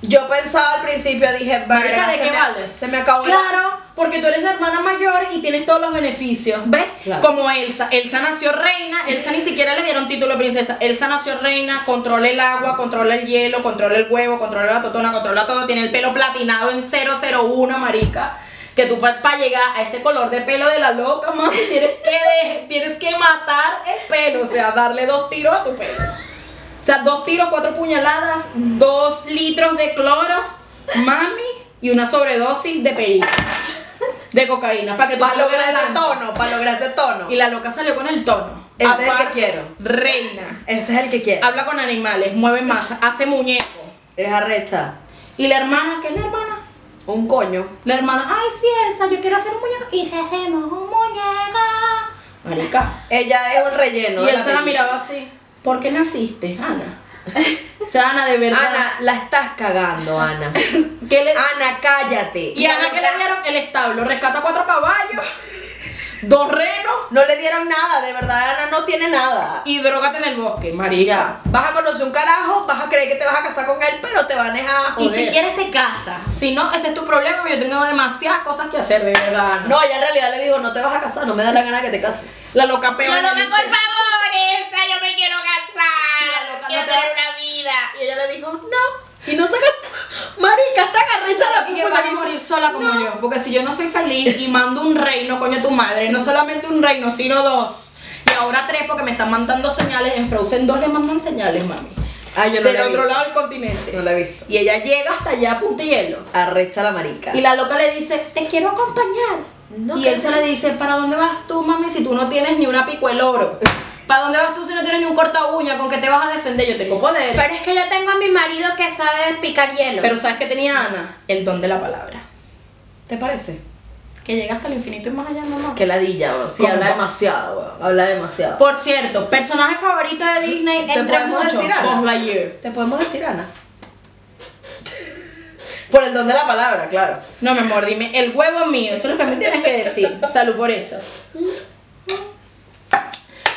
Speaker 2: Yo pensaba al principio, dije,
Speaker 1: Marica,
Speaker 2: verga,
Speaker 1: ¿de
Speaker 2: se,
Speaker 1: qué
Speaker 2: me,
Speaker 1: vale?
Speaker 2: se me acabó la-
Speaker 1: Claro, porque tú eres la hermana mayor y tienes todos los beneficios, ¿ves?
Speaker 2: Claro.
Speaker 1: Como Elsa. Elsa nació reina, Elsa ni siquiera le dieron título de princesa. Elsa nació reina, controla el agua, controla el hielo, controla el huevo, controla la totona, controla todo. Tiene el pelo platinado en 001, marica. Que tú para llegar a ese color de pelo de la loca, mami, tienes que, de- tienes que matar el pelo, o sea, darle dos tiros a tu pelo. O sea, dos tiros, cuatro puñaladas, dos litros de cloro, mami, y una sobredosis de perico. De cocaína, para que tú
Speaker 2: Para
Speaker 1: te
Speaker 2: lograr ese
Speaker 1: blanco.
Speaker 2: tono, para lograr ese tono.
Speaker 1: Y la loca salió con el tono.
Speaker 2: Ese
Speaker 1: Aparte,
Speaker 2: es el que quiero.
Speaker 1: Reina.
Speaker 2: Ese es el que quiero.
Speaker 1: Habla con animales, mueve masa, hace muñeco.
Speaker 2: Es arrecha.
Speaker 1: ¿Y la hermana? ¿Qué es la hermana?
Speaker 2: Un coño.
Speaker 1: La hermana, ay, sí, Elsa, yo quiero hacer un muñeco. Y si hacemos un muñeco. Marica.
Speaker 2: Ella es un relleno.
Speaker 1: y
Speaker 2: de
Speaker 1: él se la
Speaker 2: película.
Speaker 1: miraba así. ¿Por qué naciste, Ana? O sea, Ana, de verdad.
Speaker 2: Ana, la estás cagando, Ana.
Speaker 1: ¿qué le,
Speaker 2: Ana, cállate.
Speaker 1: Y a Ana que le dieron el establo, rescata cuatro caballos, dos renos
Speaker 2: No le dieron nada, de verdad, Ana no tiene nada.
Speaker 1: y drogate en el bosque, María.
Speaker 2: Vas a conocer un carajo, vas a creer que te vas a casar con él, pero te van a dejar
Speaker 1: Y
Speaker 2: joder.
Speaker 1: si quieres te casas, si no, ese es tu problema, yo tengo demasiadas cosas que hacer, de verdad. Ana.
Speaker 2: No, ella en realidad le dijo, no te vas a casar, no me da la gana que te cases.
Speaker 1: La loca peor.
Speaker 4: No, no, que
Speaker 1: dice,
Speaker 4: por favor, Elsa, yo me quiero
Speaker 1: Mira, loca,
Speaker 4: casar.
Speaker 1: no
Speaker 4: Quiero
Speaker 1: te-
Speaker 4: tener una vida.
Speaker 2: Y ella le dijo, no. Y no se casó. Marica, está agarrecha la
Speaker 1: Y que
Speaker 2: puta
Speaker 1: vas a
Speaker 2: que hizo.
Speaker 1: morir sola como yo, porque si yo no soy feliz y mando un reino, coño, tu madre, no solamente un reino, sino dos. Y ahora tres, porque me están mandando señales, en Frozen 2 le mandan señales, mami.
Speaker 2: Ay, yo no
Speaker 1: Del
Speaker 2: la he
Speaker 1: otro
Speaker 2: visto.
Speaker 1: lado del continente.
Speaker 2: No la he visto.
Speaker 1: Y ella llega hasta allá a punta hielo.
Speaker 2: Arrecha la marica.
Speaker 1: Y la loca le dice, te quiero acompañar.
Speaker 2: No,
Speaker 1: y
Speaker 2: que
Speaker 1: él se le dice, ¿para dónde vas tú, mami, si tú no tienes ni una pico el oro? ¿Para dónde vas tú si no tienes ni un corta uña? ¿Con qué te vas a defender? Yo tengo poder. Pero,
Speaker 4: Pero es que yo tengo a mi marido que sabe picar hielo.
Speaker 1: ¿sabes qué tenía Ana? El don de la palabra.
Speaker 2: ¿Te parece?
Speaker 1: Que llega hasta el infinito y más allá, mamá.
Speaker 2: Que ladilla, weón. Sí,
Speaker 1: ¿Cómo
Speaker 2: habla
Speaker 1: vas?
Speaker 2: demasiado, weón. Habla demasiado.
Speaker 1: Por cierto, personaje favorito de Disney
Speaker 2: ¿Te
Speaker 1: entre
Speaker 2: podemos
Speaker 1: muchos.
Speaker 2: decir algo?
Speaker 1: Buzz Lightyear.
Speaker 2: ¿Te podemos decir, Ana? Por el don de la palabra, claro.
Speaker 1: No, mi amor, dime, el huevo es mío. Eso es lo que me tienes que decir. Salud por eso.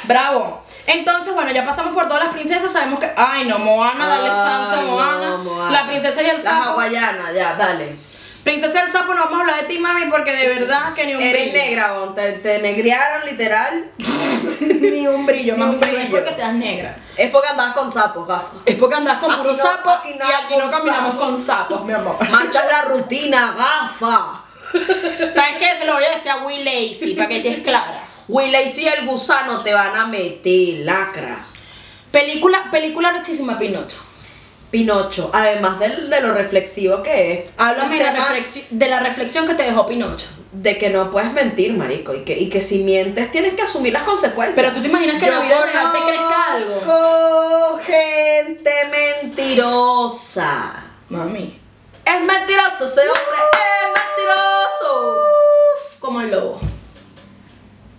Speaker 1: Bravo. Entonces, bueno, ya pasamos por todas las princesas. Sabemos que. Ay, no, Moana, dale
Speaker 2: Ay,
Speaker 1: chance a
Speaker 2: no,
Speaker 1: Moana.
Speaker 2: Moana.
Speaker 1: La princesa y el
Speaker 2: La
Speaker 1: sapo.
Speaker 2: hawaiana, ya, dale.
Speaker 1: Princesa del sapo, no vamos a hablar de ti, mami, porque de verdad que ni un
Speaker 2: Eres
Speaker 1: brillo.
Speaker 2: negra, weón. Te, te negrearon literal.
Speaker 1: ni un brillo,
Speaker 2: Ni
Speaker 1: mami.
Speaker 2: un
Speaker 1: pero No es
Speaker 2: brillo.
Speaker 1: porque seas negra.
Speaker 2: Es porque andabas con sapos, gafa.
Speaker 1: Es porque andas con
Speaker 2: Aquí
Speaker 1: puro
Speaker 2: no-
Speaker 1: sapo
Speaker 2: aquí no
Speaker 1: y aquí no
Speaker 2: con
Speaker 1: caminamos
Speaker 2: sapo.
Speaker 1: con sapos, mi amor.
Speaker 2: Marchas la rutina, gafa.
Speaker 1: ¿Sabes qué? Se lo voy a decir a Will Lazy para que estés clara.
Speaker 2: Willy y el gusano te van a meter lacra.
Speaker 1: Película, película rechísima, Pinocho.
Speaker 2: Pinocho, además del- de, lo reflexivo que es.
Speaker 1: Háblame
Speaker 2: el
Speaker 1: de la,
Speaker 2: tema
Speaker 1: reflexi- de la reflexión que te dejó Pinocho.
Speaker 2: de que no puedes mentir, marico. Y que, y que si mientes tienes que asumir las consecuencias.
Speaker 1: Pero tú te imaginas que en
Speaker 2: Yo
Speaker 1: la vida real te crezca algo.
Speaker 2: conozco gente mentirosa.
Speaker 1: Mami.
Speaker 2: Es mentiroso ese hombre, es mentiroso.
Speaker 1: Uf, como el lobo.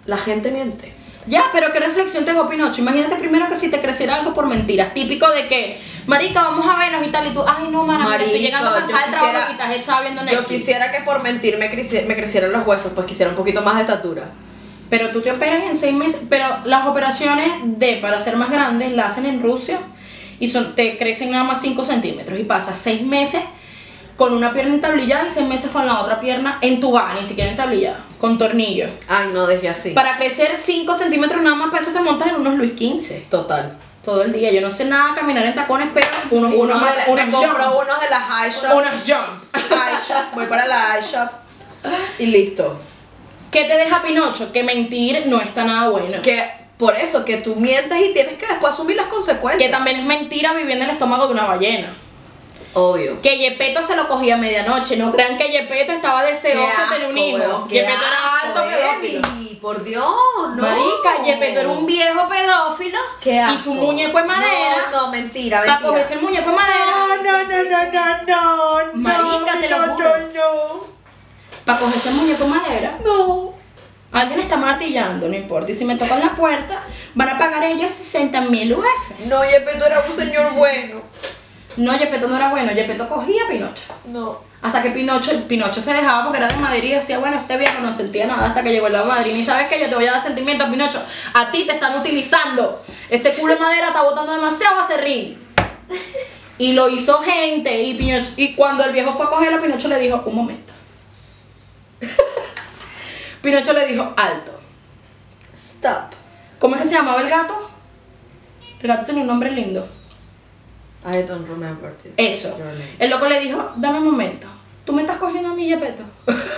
Speaker 2: La gente miente.
Speaker 1: Ya, pero qué reflexión te dejó Pinocho. Imagínate primero que si te creciera algo por mentiras. Típico de que, Marica, vamos a vernos y tal. Y tú, ay, no, mana, mira, estoy
Speaker 2: Marico,
Speaker 1: llegando
Speaker 2: yo
Speaker 1: cansada del trabajo
Speaker 2: quisiera-
Speaker 1: y estás echada viendo Netflix.
Speaker 2: Yo quisiera que por mentir me, creci- me crecieran los huesos, pues quisiera un poquito más de estatura.
Speaker 1: Pero tú te operas en seis meses. Pero las operaciones de para ser más grandes las hacen en Rusia y son, te crecen nada más 5 centímetros. Y pasas seis meses con una pierna entablillada y seis meses con la otra pierna entubada, ni siquiera entablillada, con tornillos.
Speaker 2: Ay, no, dejé así.
Speaker 1: Para crecer 5 centímetros nada más, para eso te montas en unos Luis 15
Speaker 2: Total.
Speaker 1: todo el día. Yo no sé nada caminar en tacones, pero unos,
Speaker 2: Uno
Speaker 1: unos,
Speaker 2: de la-
Speaker 1: unos
Speaker 2: me compro
Speaker 1: jump.
Speaker 2: unos de la high shop.
Speaker 1: Unos jump.
Speaker 2: High shop. Voy para la high shop. Y listo.
Speaker 1: ¿Qué te deja Pinocho? Que mentir no está nada bueno.
Speaker 2: Que por eso, que tú mientes y tienes que después asumir las
Speaker 1: Que
Speaker 2: consecuencias.
Speaker 1: también es mentira viviendo en el estómago de una ballena.
Speaker 2: Obvio.
Speaker 1: Que Yepeto se lo cogía a medianoche. No crean que Yepeto estaba deseoso de tener un hijo. Yepeto era alto pedófilo.
Speaker 2: Por Dios, no.
Speaker 1: Marica, Yepeto era un viejo pedófilo.
Speaker 2: Qué
Speaker 1: Y
Speaker 2: asco.
Speaker 1: su muñeco de madera.
Speaker 2: No, no, mentira,
Speaker 1: para
Speaker 2: mentira.
Speaker 1: cogerse el muñeco de madera.
Speaker 2: no, no, no, no, no.
Speaker 1: Marica, te lo juro.
Speaker 2: No,
Speaker 1: Para cogerse el muñeco de madera.
Speaker 2: no.
Speaker 1: Alguien está martillando, no importa. Y si me tocan la puerta, van a pagar ellos 60 mil UF.
Speaker 2: No, Yepeto era un señor bueno.
Speaker 1: No, Yepeto no era bueno, Yepeto cogía a Pinocho.
Speaker 2: No.
Speaker 1: Hasta que Pinocho, Pinocho se dejaba porque era de Madrid y decía, bueno, este viejo no sentía nada hasta que llegó el de Madrid. Y sabes que yo te voy a dar sentimiento, Pinocho. A ti te están utilizando. Ese culo de madera está botando demasiado acerrín. Y lo hizo gente. Y, Pinocho- y cuando el viejo fue a cogerlo, Pinocho le dijo, un momento. Pinocho le dijo, alto.
Speaker 2: Stop.
Speaker 1: ¿Cómo es que se llamaba el gato? El gato tenía un nombre lindo.
Speaker 2: I don't remember this.
Speaker 1: Eso. El loco le dijo, dame un momento. Tú me estás cogiendo a mí, Yepeto.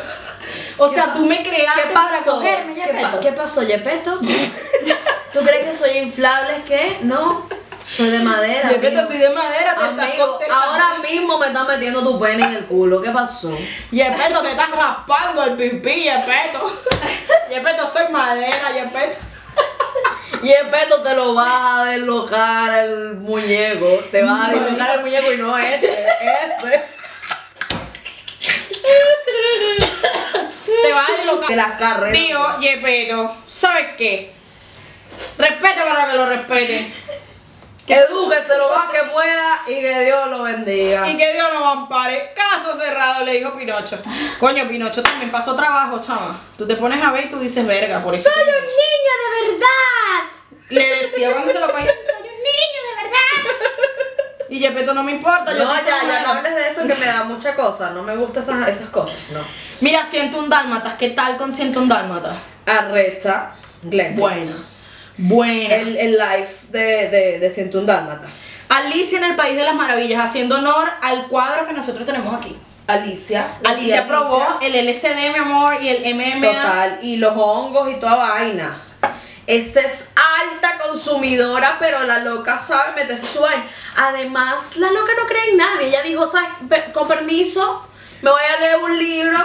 Speaker 1: o sea, tú me creaste
Speaker 2: ¿Qué
Speaker 1: para
Speaker 2: pasó?
Speaker 1: cogerme,
Speaker 2: ¿Qué, pa-
Speaker 1: Yepeto.
Speaker 2: ¿Qué pasó, Yepeto? ¿Tú crees que soy inflable? ¿Qué? No. Soy de madera.
Speaker 1: Yepeto,
Speaker 2: amigo.
Speaker 1: soy de madera, te estás
Speaker 2: Amigo, ahora mismo me estás metiendo tu pene en el culo. ¿Qué pasó?
Speaker 1: Yepeto, te estás raspando el pipí, Yepeto. Yepeto, soy madera, Yepeto.
Speaker 2: Yepeto te lo vas a deslocar el muñeco. Te vas a deslocar el muñeco y no este, ese.
Speaker 1: Te vas a loca.
Speaker 2: De las carreras.
Speaker 1: Tío, Yepeto, ¿sabes qué? Respeta para que lo respeten.
Speaker 2: Edúquese lo más que pueda y que Dios lo bendiga.
Speaker 1: Y que Dios nos ampare. Caso cerrado, le dijo Pinocho. Coño, Pinocho también pasó trabajo, chama. Tú te pones a ver y tú dices, verga, por eso.
Speaker 4: ¡Soy un niño de verdad!
Speaker 1: Le decía cuando se lo cogía.
Speaker 4: ¡Soy un niño de verdad!
Speaker 1: Y Yepeto, no me importa, yo no
Speaker 2: No,
Speaker 1: soy
Speaker 2: ya, ya
Speaker 1: madera".
Speaker 2: no hables de eso que me da mucha cosa. No me gustan esas, esas cosas. No.
Speaker 1: Mira, siento un dálmatas. ¿Qué tal con siento un dálmatas?
Speaker 2: Arrecha, Glenn.
Speaker 1: Bueno. Bueno.
Speaker 2: El, el live de, de, de Siento un Dálmata.
Speaker 1: Alicia en el País de las Maravillas, haciendo honor al cuadro que nosotros tenemos aquí.
Speaker 2: Alicia. la tía
Speaker 1: Alicia probó el LSD, mi amor, y el MMA.
Speaker 2: Total, y los hongos y toda vaina. Esta es alta consumidora, pero la loca sabe meterse su vaina. Además, la loca no cree en nadie. Ella dijo, "Sabes, pe- con permiso, me voy a leer un libro.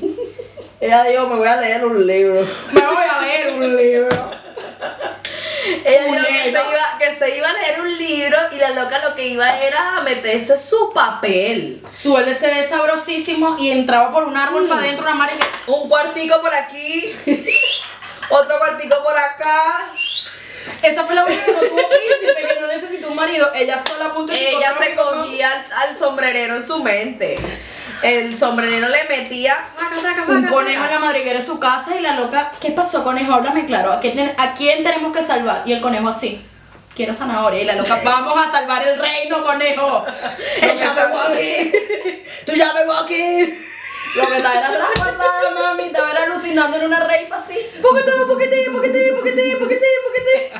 Speaker 2: Ella dijo, me voy a leer un libro.
Speaker 1: Me voy a leer un libro.
Speaker 2: Ella dijo que se,
Speaker 1: Culero.
Speaker 2: iba, que se iba a leer un libro y la loca lo que iba era a meterse su papel.
Speaker 1: Su LSD sabrosísimo y entraba por un
Speaker 2: Mm.
Speaker 1: árbol para adentro una mar y que-
Speaker 2: Un cuartico por aquí, otro cuartico por acá.
Speaker 1: Esa fue la única que no tuvo príncipe, que no necesitó un marido. Ella sola punto
Speaker 2: Ella se cogía al, al sombrerero en su mente. El sombrerero le metía "Taca, taca, taca,
Speaker 1: Un
Speaker 2: taca".
Speaker 1: conejo en la madriguera de su casa y la loca, ¿qué pasó conejo? Háblame claro, ¿a quién, ten- a quién tenemos que salvar? Y el conejo así, quiero zanahoria. Y la loca, vamos a salvar el reino, conejo.
Speaker 2: Ella me voy aquí. Tú ya me voy aquí.
Speaker 1: Lo que estaba era transportada, mami, estaba era alucinando en una reifa así.
Speaker 2: Poquete, poquete, poquete, poquete, poquete, poquete.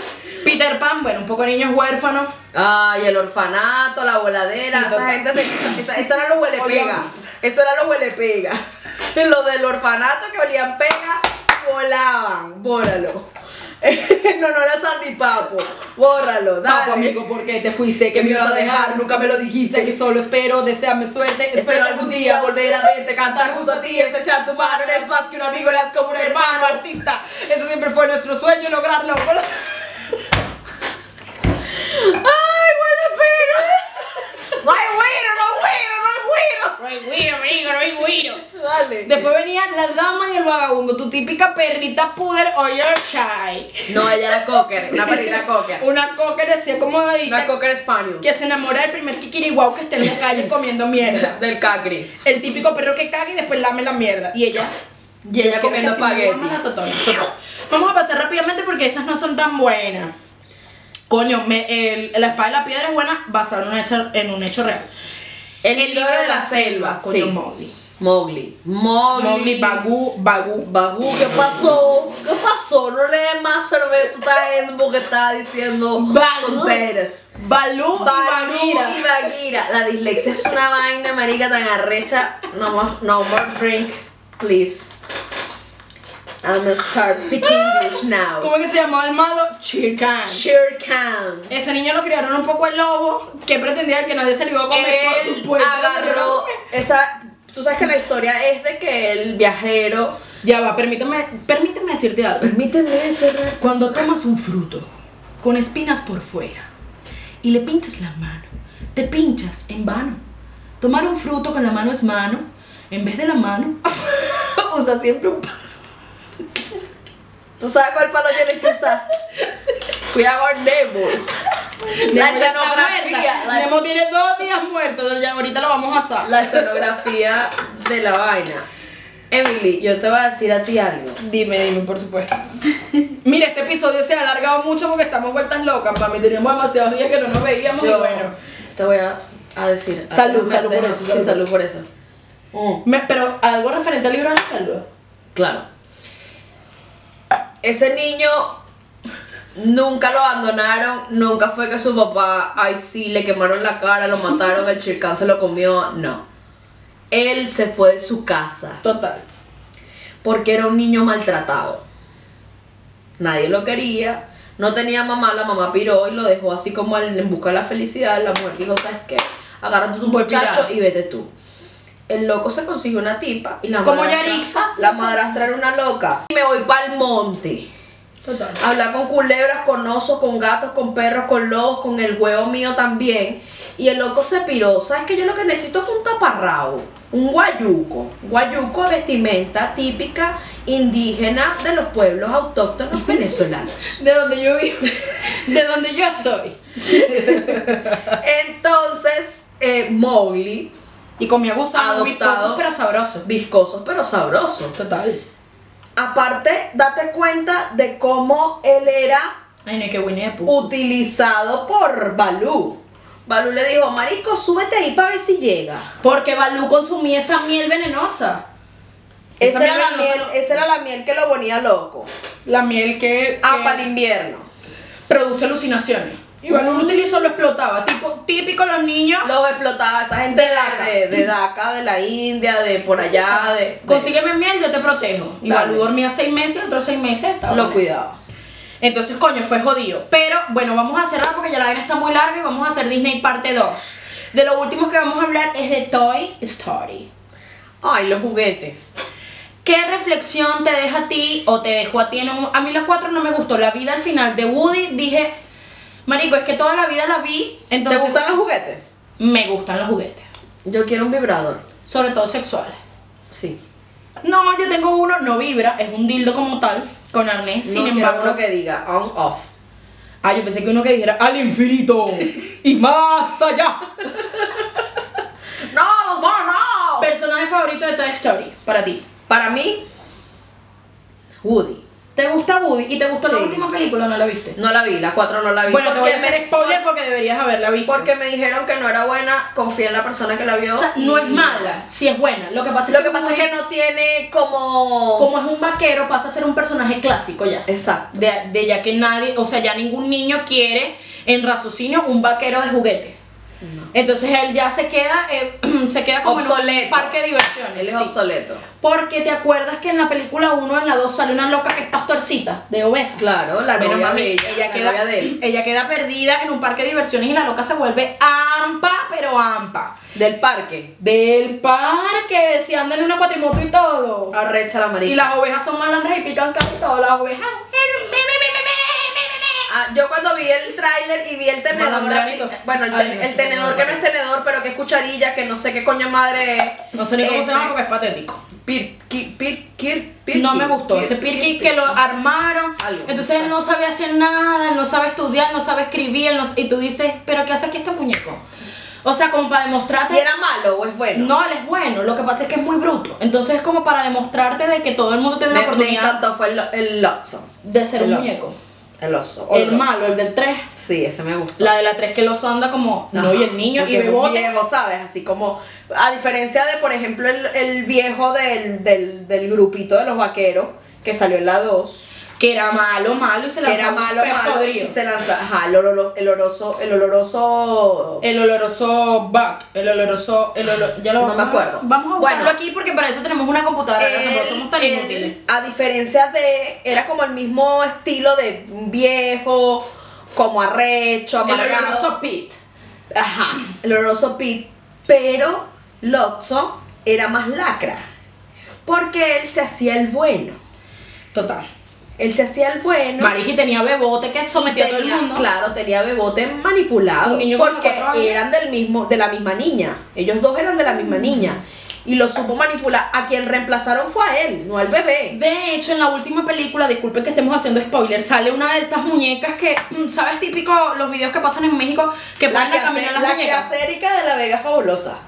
Speaker 1: Peter Pan, bueno, un poco niños huérfanos.
Speaker 2: Ay, el orfanato, la voladera.
Speaker 1: Sí,
Speaker 2: esa
Speaker 1: total.
Speaker 2: gente te- esa- eso era lo huele pega. Eso era lo huele pega. Lo del orfanato que olían pega, volaban. Bórralo. No, no era Sandy Papo. Bórralo, dale.
Speaker 1: Papo, amigo, ¿por qué te fuiste? ¿Qué me ibas a dejar? Nunca me lo dijiste, que solo espero, deseame suerte,
Speaker 2: Espero algún día volver a verte, cantar junto a ti, estrechar tu mano, eres más que un amigo, eres como un hermano, artista.
Speaker 1: Eso siempre fue nuestro sueño, lograrlo. Con los-
Speaker 2: ¡Ay, huele a pega! ¡No hay güiro, no hay güiro,
Speaker 3: Roy Guiro, amigo, Roy Guiro.
Speaker 2: no hay güiro! Dale.
Speaker 1: Después venía la dama y el vagabundo, tu típica perrita puder o yorkshire.
Speaker 2: No, ella era cocker, una perrita cocker.
Speaker 1: Una cocker así
Speaker 2: Una
Speaker 1: acomodadita
Speaker 2: cocker español.
Speaker 1: que se enamora del primer kikiriguau que está en la calle comiendo mierda.
Speaker 2: Del cacri.
Speaker 1: El típico perro que caga y después lame la mierda. Y ella. Y ella
Speaker 2: comiendo espagueti.
Speaker 1: Vamos a pasar rápidamente porque esas no son tan buenas. Coño, me- el- la espada y la piedra es buena basada en un hecho, en un hecho real.
Speaker 2: El libro de la selva,
Speaker 1: Coño,
Speaker 2: sí.
Speaker 1: Mowgli.
Speaker 2: Mowgli. Mowgli.
Speaker 1: Mowgli, Bagú, Bagú.
Speaker 2: Bagú, ¿qué pasó? ¿Qué pasó? No le des más cerveza a esta gente porque está diciendo
Speaker 1: Bagú.
Speaker 2: tonteras.
Speaker 1: Balú y
Speaker 2: Balú y
Speaker 1: Bagheera.
Speaker 2: Bagheera. La dislexia es una vaina, marica, tan arrecha. No more, no more drink, please. I'm gonna start speaking English now.
Speaker 1: ¿Cómo que se llamaba el malo? Chirkan.
Speaker 2: Sure can.
Speaker 1: Ese niño lo criaron un poco el lobo, que pretendía que nadie se lo iba a comer, por
Speaker 2: Él
Speaker 1: supuesto.
Speaker 2: agarró esa... Tú sabes que la historia es de que el viajero...
Speaker 1: Ya va, permíteme, permíteme decirte algo.
Speaker 2: Permíteme cerrar.
Speaker 1: Cuando tomas un fruto con espinas por fuera y le pinchas la mano, te pinchas en vano. Tomar un fruto con la mano es mano, en vez de la mano, usa siempre un palo.
Speaker 2: ¿Tú sabes cuál palo tienes que usar? Cuidado con Nemo.
Speaker 1: Nemo ya está
Speaker 2: escenografía,
Speaker 1: muerta.
Speaker 2: la
Speaker 1: Nemo tiene dos días muerto. Ya ahorita lo vamos a asar.
Speaker 2: La escenografía de la vaina. Emily, yo te voy a decir a ti algo.
Speaker 1: Dime, dime, por supuesto. Mira, este episodio se ha alargado mucho porque estamos vueltas locas, mami. Teníamos demasiados días que no nos veíamos. y
Speaker 2: Yo
Speaker 1: bueno.
Speaker 2: te voy a, a decir. a-
Speaker 1: Salud,
Speaker 2: no,
Speaker 1: salud por
Speaker 2: deja,
Speaker 1: eso,
Speaker 2: sí,
Speaker 1: salud.
Speaker 2: Salud. por eso. Mm,
Speaker 1: Me- pero algo referente al libro de la salud.
Speaker 2: Claro. Ese niño nunca lo abandonaron, nunca fue que su papá, ay sí, le quemaron la cara, lo mataron, el chircán se lo comió, no. Él se fue de su casa
Speaker 1: Total.
Speaker 2: porque era un niño maltratado. Nadie lo quería, no tenía mamá, la mamá piró y lo dejó así como al- en busca de la felicidad. La mujer dijo, ¿sabes qué? Agarra tu
Speaker 1: Voy
Speaker 2: muchacho
Speaker 1: pirada".
Speaker 2: y vete tú. El loco se consiguió una tipa y la
Speaker 1: Como
Speaker 2: madrastra-
Speaker 1: Yarixa.
Speaker 2: La madrastra era una loca. Y me voy para el monte.
Speaker 1: Total.
Speaker 2: a Hablar con culebras, con osos, con gatos, con perros, con lobos, con el huevo mío también. Y el loco se piró. ¿Sabes qué? Yo lo que necesito es un taparrabo. Un guayuco. Guayuco, vestimenta típica indígena de los pueblos autóctonos venezolanos.
Speaker 1: De donde yo vivo. De donde yo soy.
Speaker 2: Entonces, eh, Mowgli,
Speaker 1: Y comía gusanos
Speaker 2: Adoptado.
Speaker 1: vistosos pero sabrosos.
Speaker 2: viscosos pero sabrosos.
Speaker 1: Total.
Speaker 2: Aparte, date cuenta de cómo él era
Speaker 1: Ay, no, que Winnie the Pooh.
Speaker 2: utilizado por Balú. Balú le dijo, marico, súbete ahí para ver si llega.
Speaker 1: Uh, Porque Balú consumía esa miel venenosa. Esa
Speaker 2: Esa era,
Speaker 1: mierda
Speaker 2: la
Speaker 1: no
Speaker 2: miel,
Speaker 1: se lo-
Speaker 2: esa era la miel que lo ponía loco.
Speaker 1: La miel que,
Speaker 2: Ah,
Speaker 1: que
Speaker 2: para el invierno.
Speaker 1: produce alucinaciones. Y Balú lo utilizó, lo explotaba. Tipo, típico los niños.
Speaker 2: Los explotaba esa gente de, de, de Dhaka, de la India, de por allá, de. de-
Speaker 1: Consígueme miel, yo te protejo. Y
Speaker 2: Dale.
Speaker 1: Balú dormía seis meses, otros seis meses estaba.
Speaker 2: lo
Speaker 1: bien.
Speaker 2: cuidaba.
Speaker 1: Entonces, coño, fue jodido. Pero bueno, vamos a cerrar porque ya la vaina está muy larga y vamos a hacer Disney parte 2. De lo último que vamos a hablar es de Toy Story.
Speaker 2: Ay, los juguetes.
Speaker 1: ¿Qué reflexión te deja a ti o te dejó a ti? en un- a mí la 4 no me gustó. La vida al final de Woody dije, Marico, es que toda la vida la vi. Entonces,
Speaker 2: ¿Te gustan los juguetes?
Speaker 1: me gustan los juguetes.
Speaker 2: Yo quiero un vibrador.
Speaker 1: Sobre todo sexuales.
Speaker 2: Sí.
Speaker 1: No, yo tengo uno, no vibra, es un dildo como tal, con arnés.
Speaker 2: Sin
Speaker 1: Sin
Speaker 2: embargo,
Speaker 1: embargo,
Speaker 2: uno que diga on off.
Speaker 1: Ah, yo pensé que uno que dijera al infinito y más allá.
Speaker 2: No, los bonos no.
Speaker 1: Personaje favorito de Toy Story para ti.
Speaker 2: Para mí, Woody.
Speaker 1: ¿Te gusta Woody y te gustó la
Speaker 2: Sí.
Speaker 1: última película o no la viste?
Speaker 2: No la vi, la 4 no la vi.
Speaker 1: Bueno, te voy a
Speaker 2: porque
Speaker 1: hacer
Speaker 2: me-
Speaker 1: spoiler porque deberías haberla visto.
Speaker 2: Porque me dijeron que no era buena, confié en la persona que la vio.
Speaker 1: o sea, no es mala, si es buena. Lo que pasa es
Speaker 2: Lo que pasa es que no tiene como.
Speaker 1: como es un vaquero pasa a ser un personaje clásico ya.
Speaker 2: Exacto.
Speaker 1: De, de ya que nadie, o sea, ya ningún niño quiere en raciocinio un vaquero de juguete. Entonces él ya se queda, eh, se queda como en un
Speaker 2: Obsoleto.
Speaker 1: parque de diversiones.
Speaker 2: Él es
Speaker 1: sí.
Speaker 2: obsoleto.
Speaker 1: Porque te acuerdas que en la película 1, en la 2, sale una loca que es pastorcita de oveja.
Speaker 2: Claro, la
Speaker 1: Bueno,
Speaker 2: novia
Speaker 1: mami,
Speaker 2: de ella,
Speaker 1: ella,
Speaker 2: la
Speaker 1: queda,
Speaker 2: novia de él.
Speaker 1: ella queda perdida en un parque de diversiones y la loca se vuelve ampa, pero ampa.
Speaker 2: Del parque.
Speaker 1: Del parque, si andan en una cuatrimoto y todo.
Speaker 2: Arrecha la marica.
Speaker 1: Y las ovejas son malandras y pican casi todas las ovejas.
Speaker 2: Ah, yo cuando vi el tráiler y vi el tenedor.
Speaker 1: Malandranito.
Speaker 2: así- bueno, el,
Speaker 1: Ay,
Speaker 2: ten-
Speaker 1: no,
Speaker 2: el
Speaker 1: sí,
Speaker 2: tenedor
Speaker 1: no,
Speaker 2: que no
Speaker 1: no.
Speaker 2: es tenedor, pero que es cucharilla, que no sé qué coño madre es.
Speaker 1: No sé ni cómo
Speaker 2: Ese-
Speaker 1: se llama porque es patético.
Speaker 2: Pir, ki- pir- kir-
Speaker 1: no me
Speaker 2: pirqui,
Speaker 1: gustó.
Speaker 2: kir-
Speaker 1: Ese
Speaker 2: kir-
Speaker 1: pirqui
Speaker 2: kir-
Speaker 1: que lo armaron.
Speaker 2: Algo,
Speaker 1: entonces él no sabe hacer nada, él no sabe estudiar, no sabe escribir. él no- y tú dices, ¿pero qué hace aquí este muñeco? O sea, como para demostrarte.
Speaker 2: ¿Y era malo o es bueno?
Speaker 1: No, él es bueno, lo que pasa es que es muy bruto. Entonces es como para demostrarte de que todo el mundo tiene
Speaker 2: me,
Speaker 1: la
Speaker 2: me
Speaker 1: oportunidad
Speaker 2: encantó, fue el, lo- el Lotso.
Speaker 1: de ser un
Speaker 2: el oso.
Speaker 1: muñeco.
Speaker 2: El oso. o
Speaker 1: El
Speaker 2: oso.
Speaker 1: malo, el del 3.
Speaker 2: Sí, ese me gustó.
Speaker 1: La de la 3 que el oso anda como, no,
Speaker 2: Ajá,
Speaker 1: y el niño, y
Speaker 2: porque es
Speaker 1: bebote.
Speaker 2: viejo, ¿sabes? Así como, a diferencia de, por ejemplo, el, el viejo del, del, del grupito de los vaqueros, que salió en la 2,
Speaker 1: Que era malo, malo, y se
Speaker 2: que
Speaker 1: lanzaba
Speaker 2: era
Speaker 1: un
Speaker 2: malo,
Speaker 1: pez
Speaker 2: malo,
Speaker 1: podrido.
Speaker 2: y se lanza, ajá, el, oloro- el oloroso, el oloroso,
Speaker 1: El oloroso Buck, el oloroso, el olor, ya lo
Speaker 2: No
Speaker 1: vamos
Speaker 2: me
Speaker 1: a-
Speaker 2: acuerdo.
Speaker 1: Vamos a buscarlo
Speaker 2: Bueno.
Speaker 1: aquí porque para eso tenemos una computadora,
Speaker 2: él-
Speaker 1: nosotros somos tan
Speaker 2: él,
Speaker 1: inútiles.
Speaker 2: eh, a diferencia de, era como el mismo estilo de un viejo, como arrecho,
Speaker 1: El
Speaker 2: amargado,
Speaker 1: oloroso Pete.
Speaker 2: ajá, el oloroso Pete, pero Lotso era más lacra, porque él se hacía el bueno.
Speaker 1: Total.
Speaker 2: Él se hacía el bueno.
Speaker 1: Mariki tenía bebote que sometía a todo el
Speaker 2: Tenía-
Speaker 1: mundo.
Speaker 2: Claro, tenía bebote manipulado.
Speaker 1: Un niño como
Speaker 2: porque
Speaker 1: cuatro años. Mm.
Speaker 2: eran del mismo, de la misma niña. Ellos dos eran de la misma niña. y lo supo manipular. A quien reemplazaron fue a él, no al bebé.
Speaker 1: De hecho, en la última película, disculpen que estemos haciendo spoiler, sale una de estas muñecas que, mm, ¿sabes? Típico los videos que pasan en México que
Speaker 2: La
Speaker 1: ponen
Speaker 2: que
Speaker 1: a caminar
Speaker 2: hace-
Speaker 1: las
Speaker 2: la que
Speaker 1: muñecas.
Speaker 2: hace Erika de la Vega fabulosa.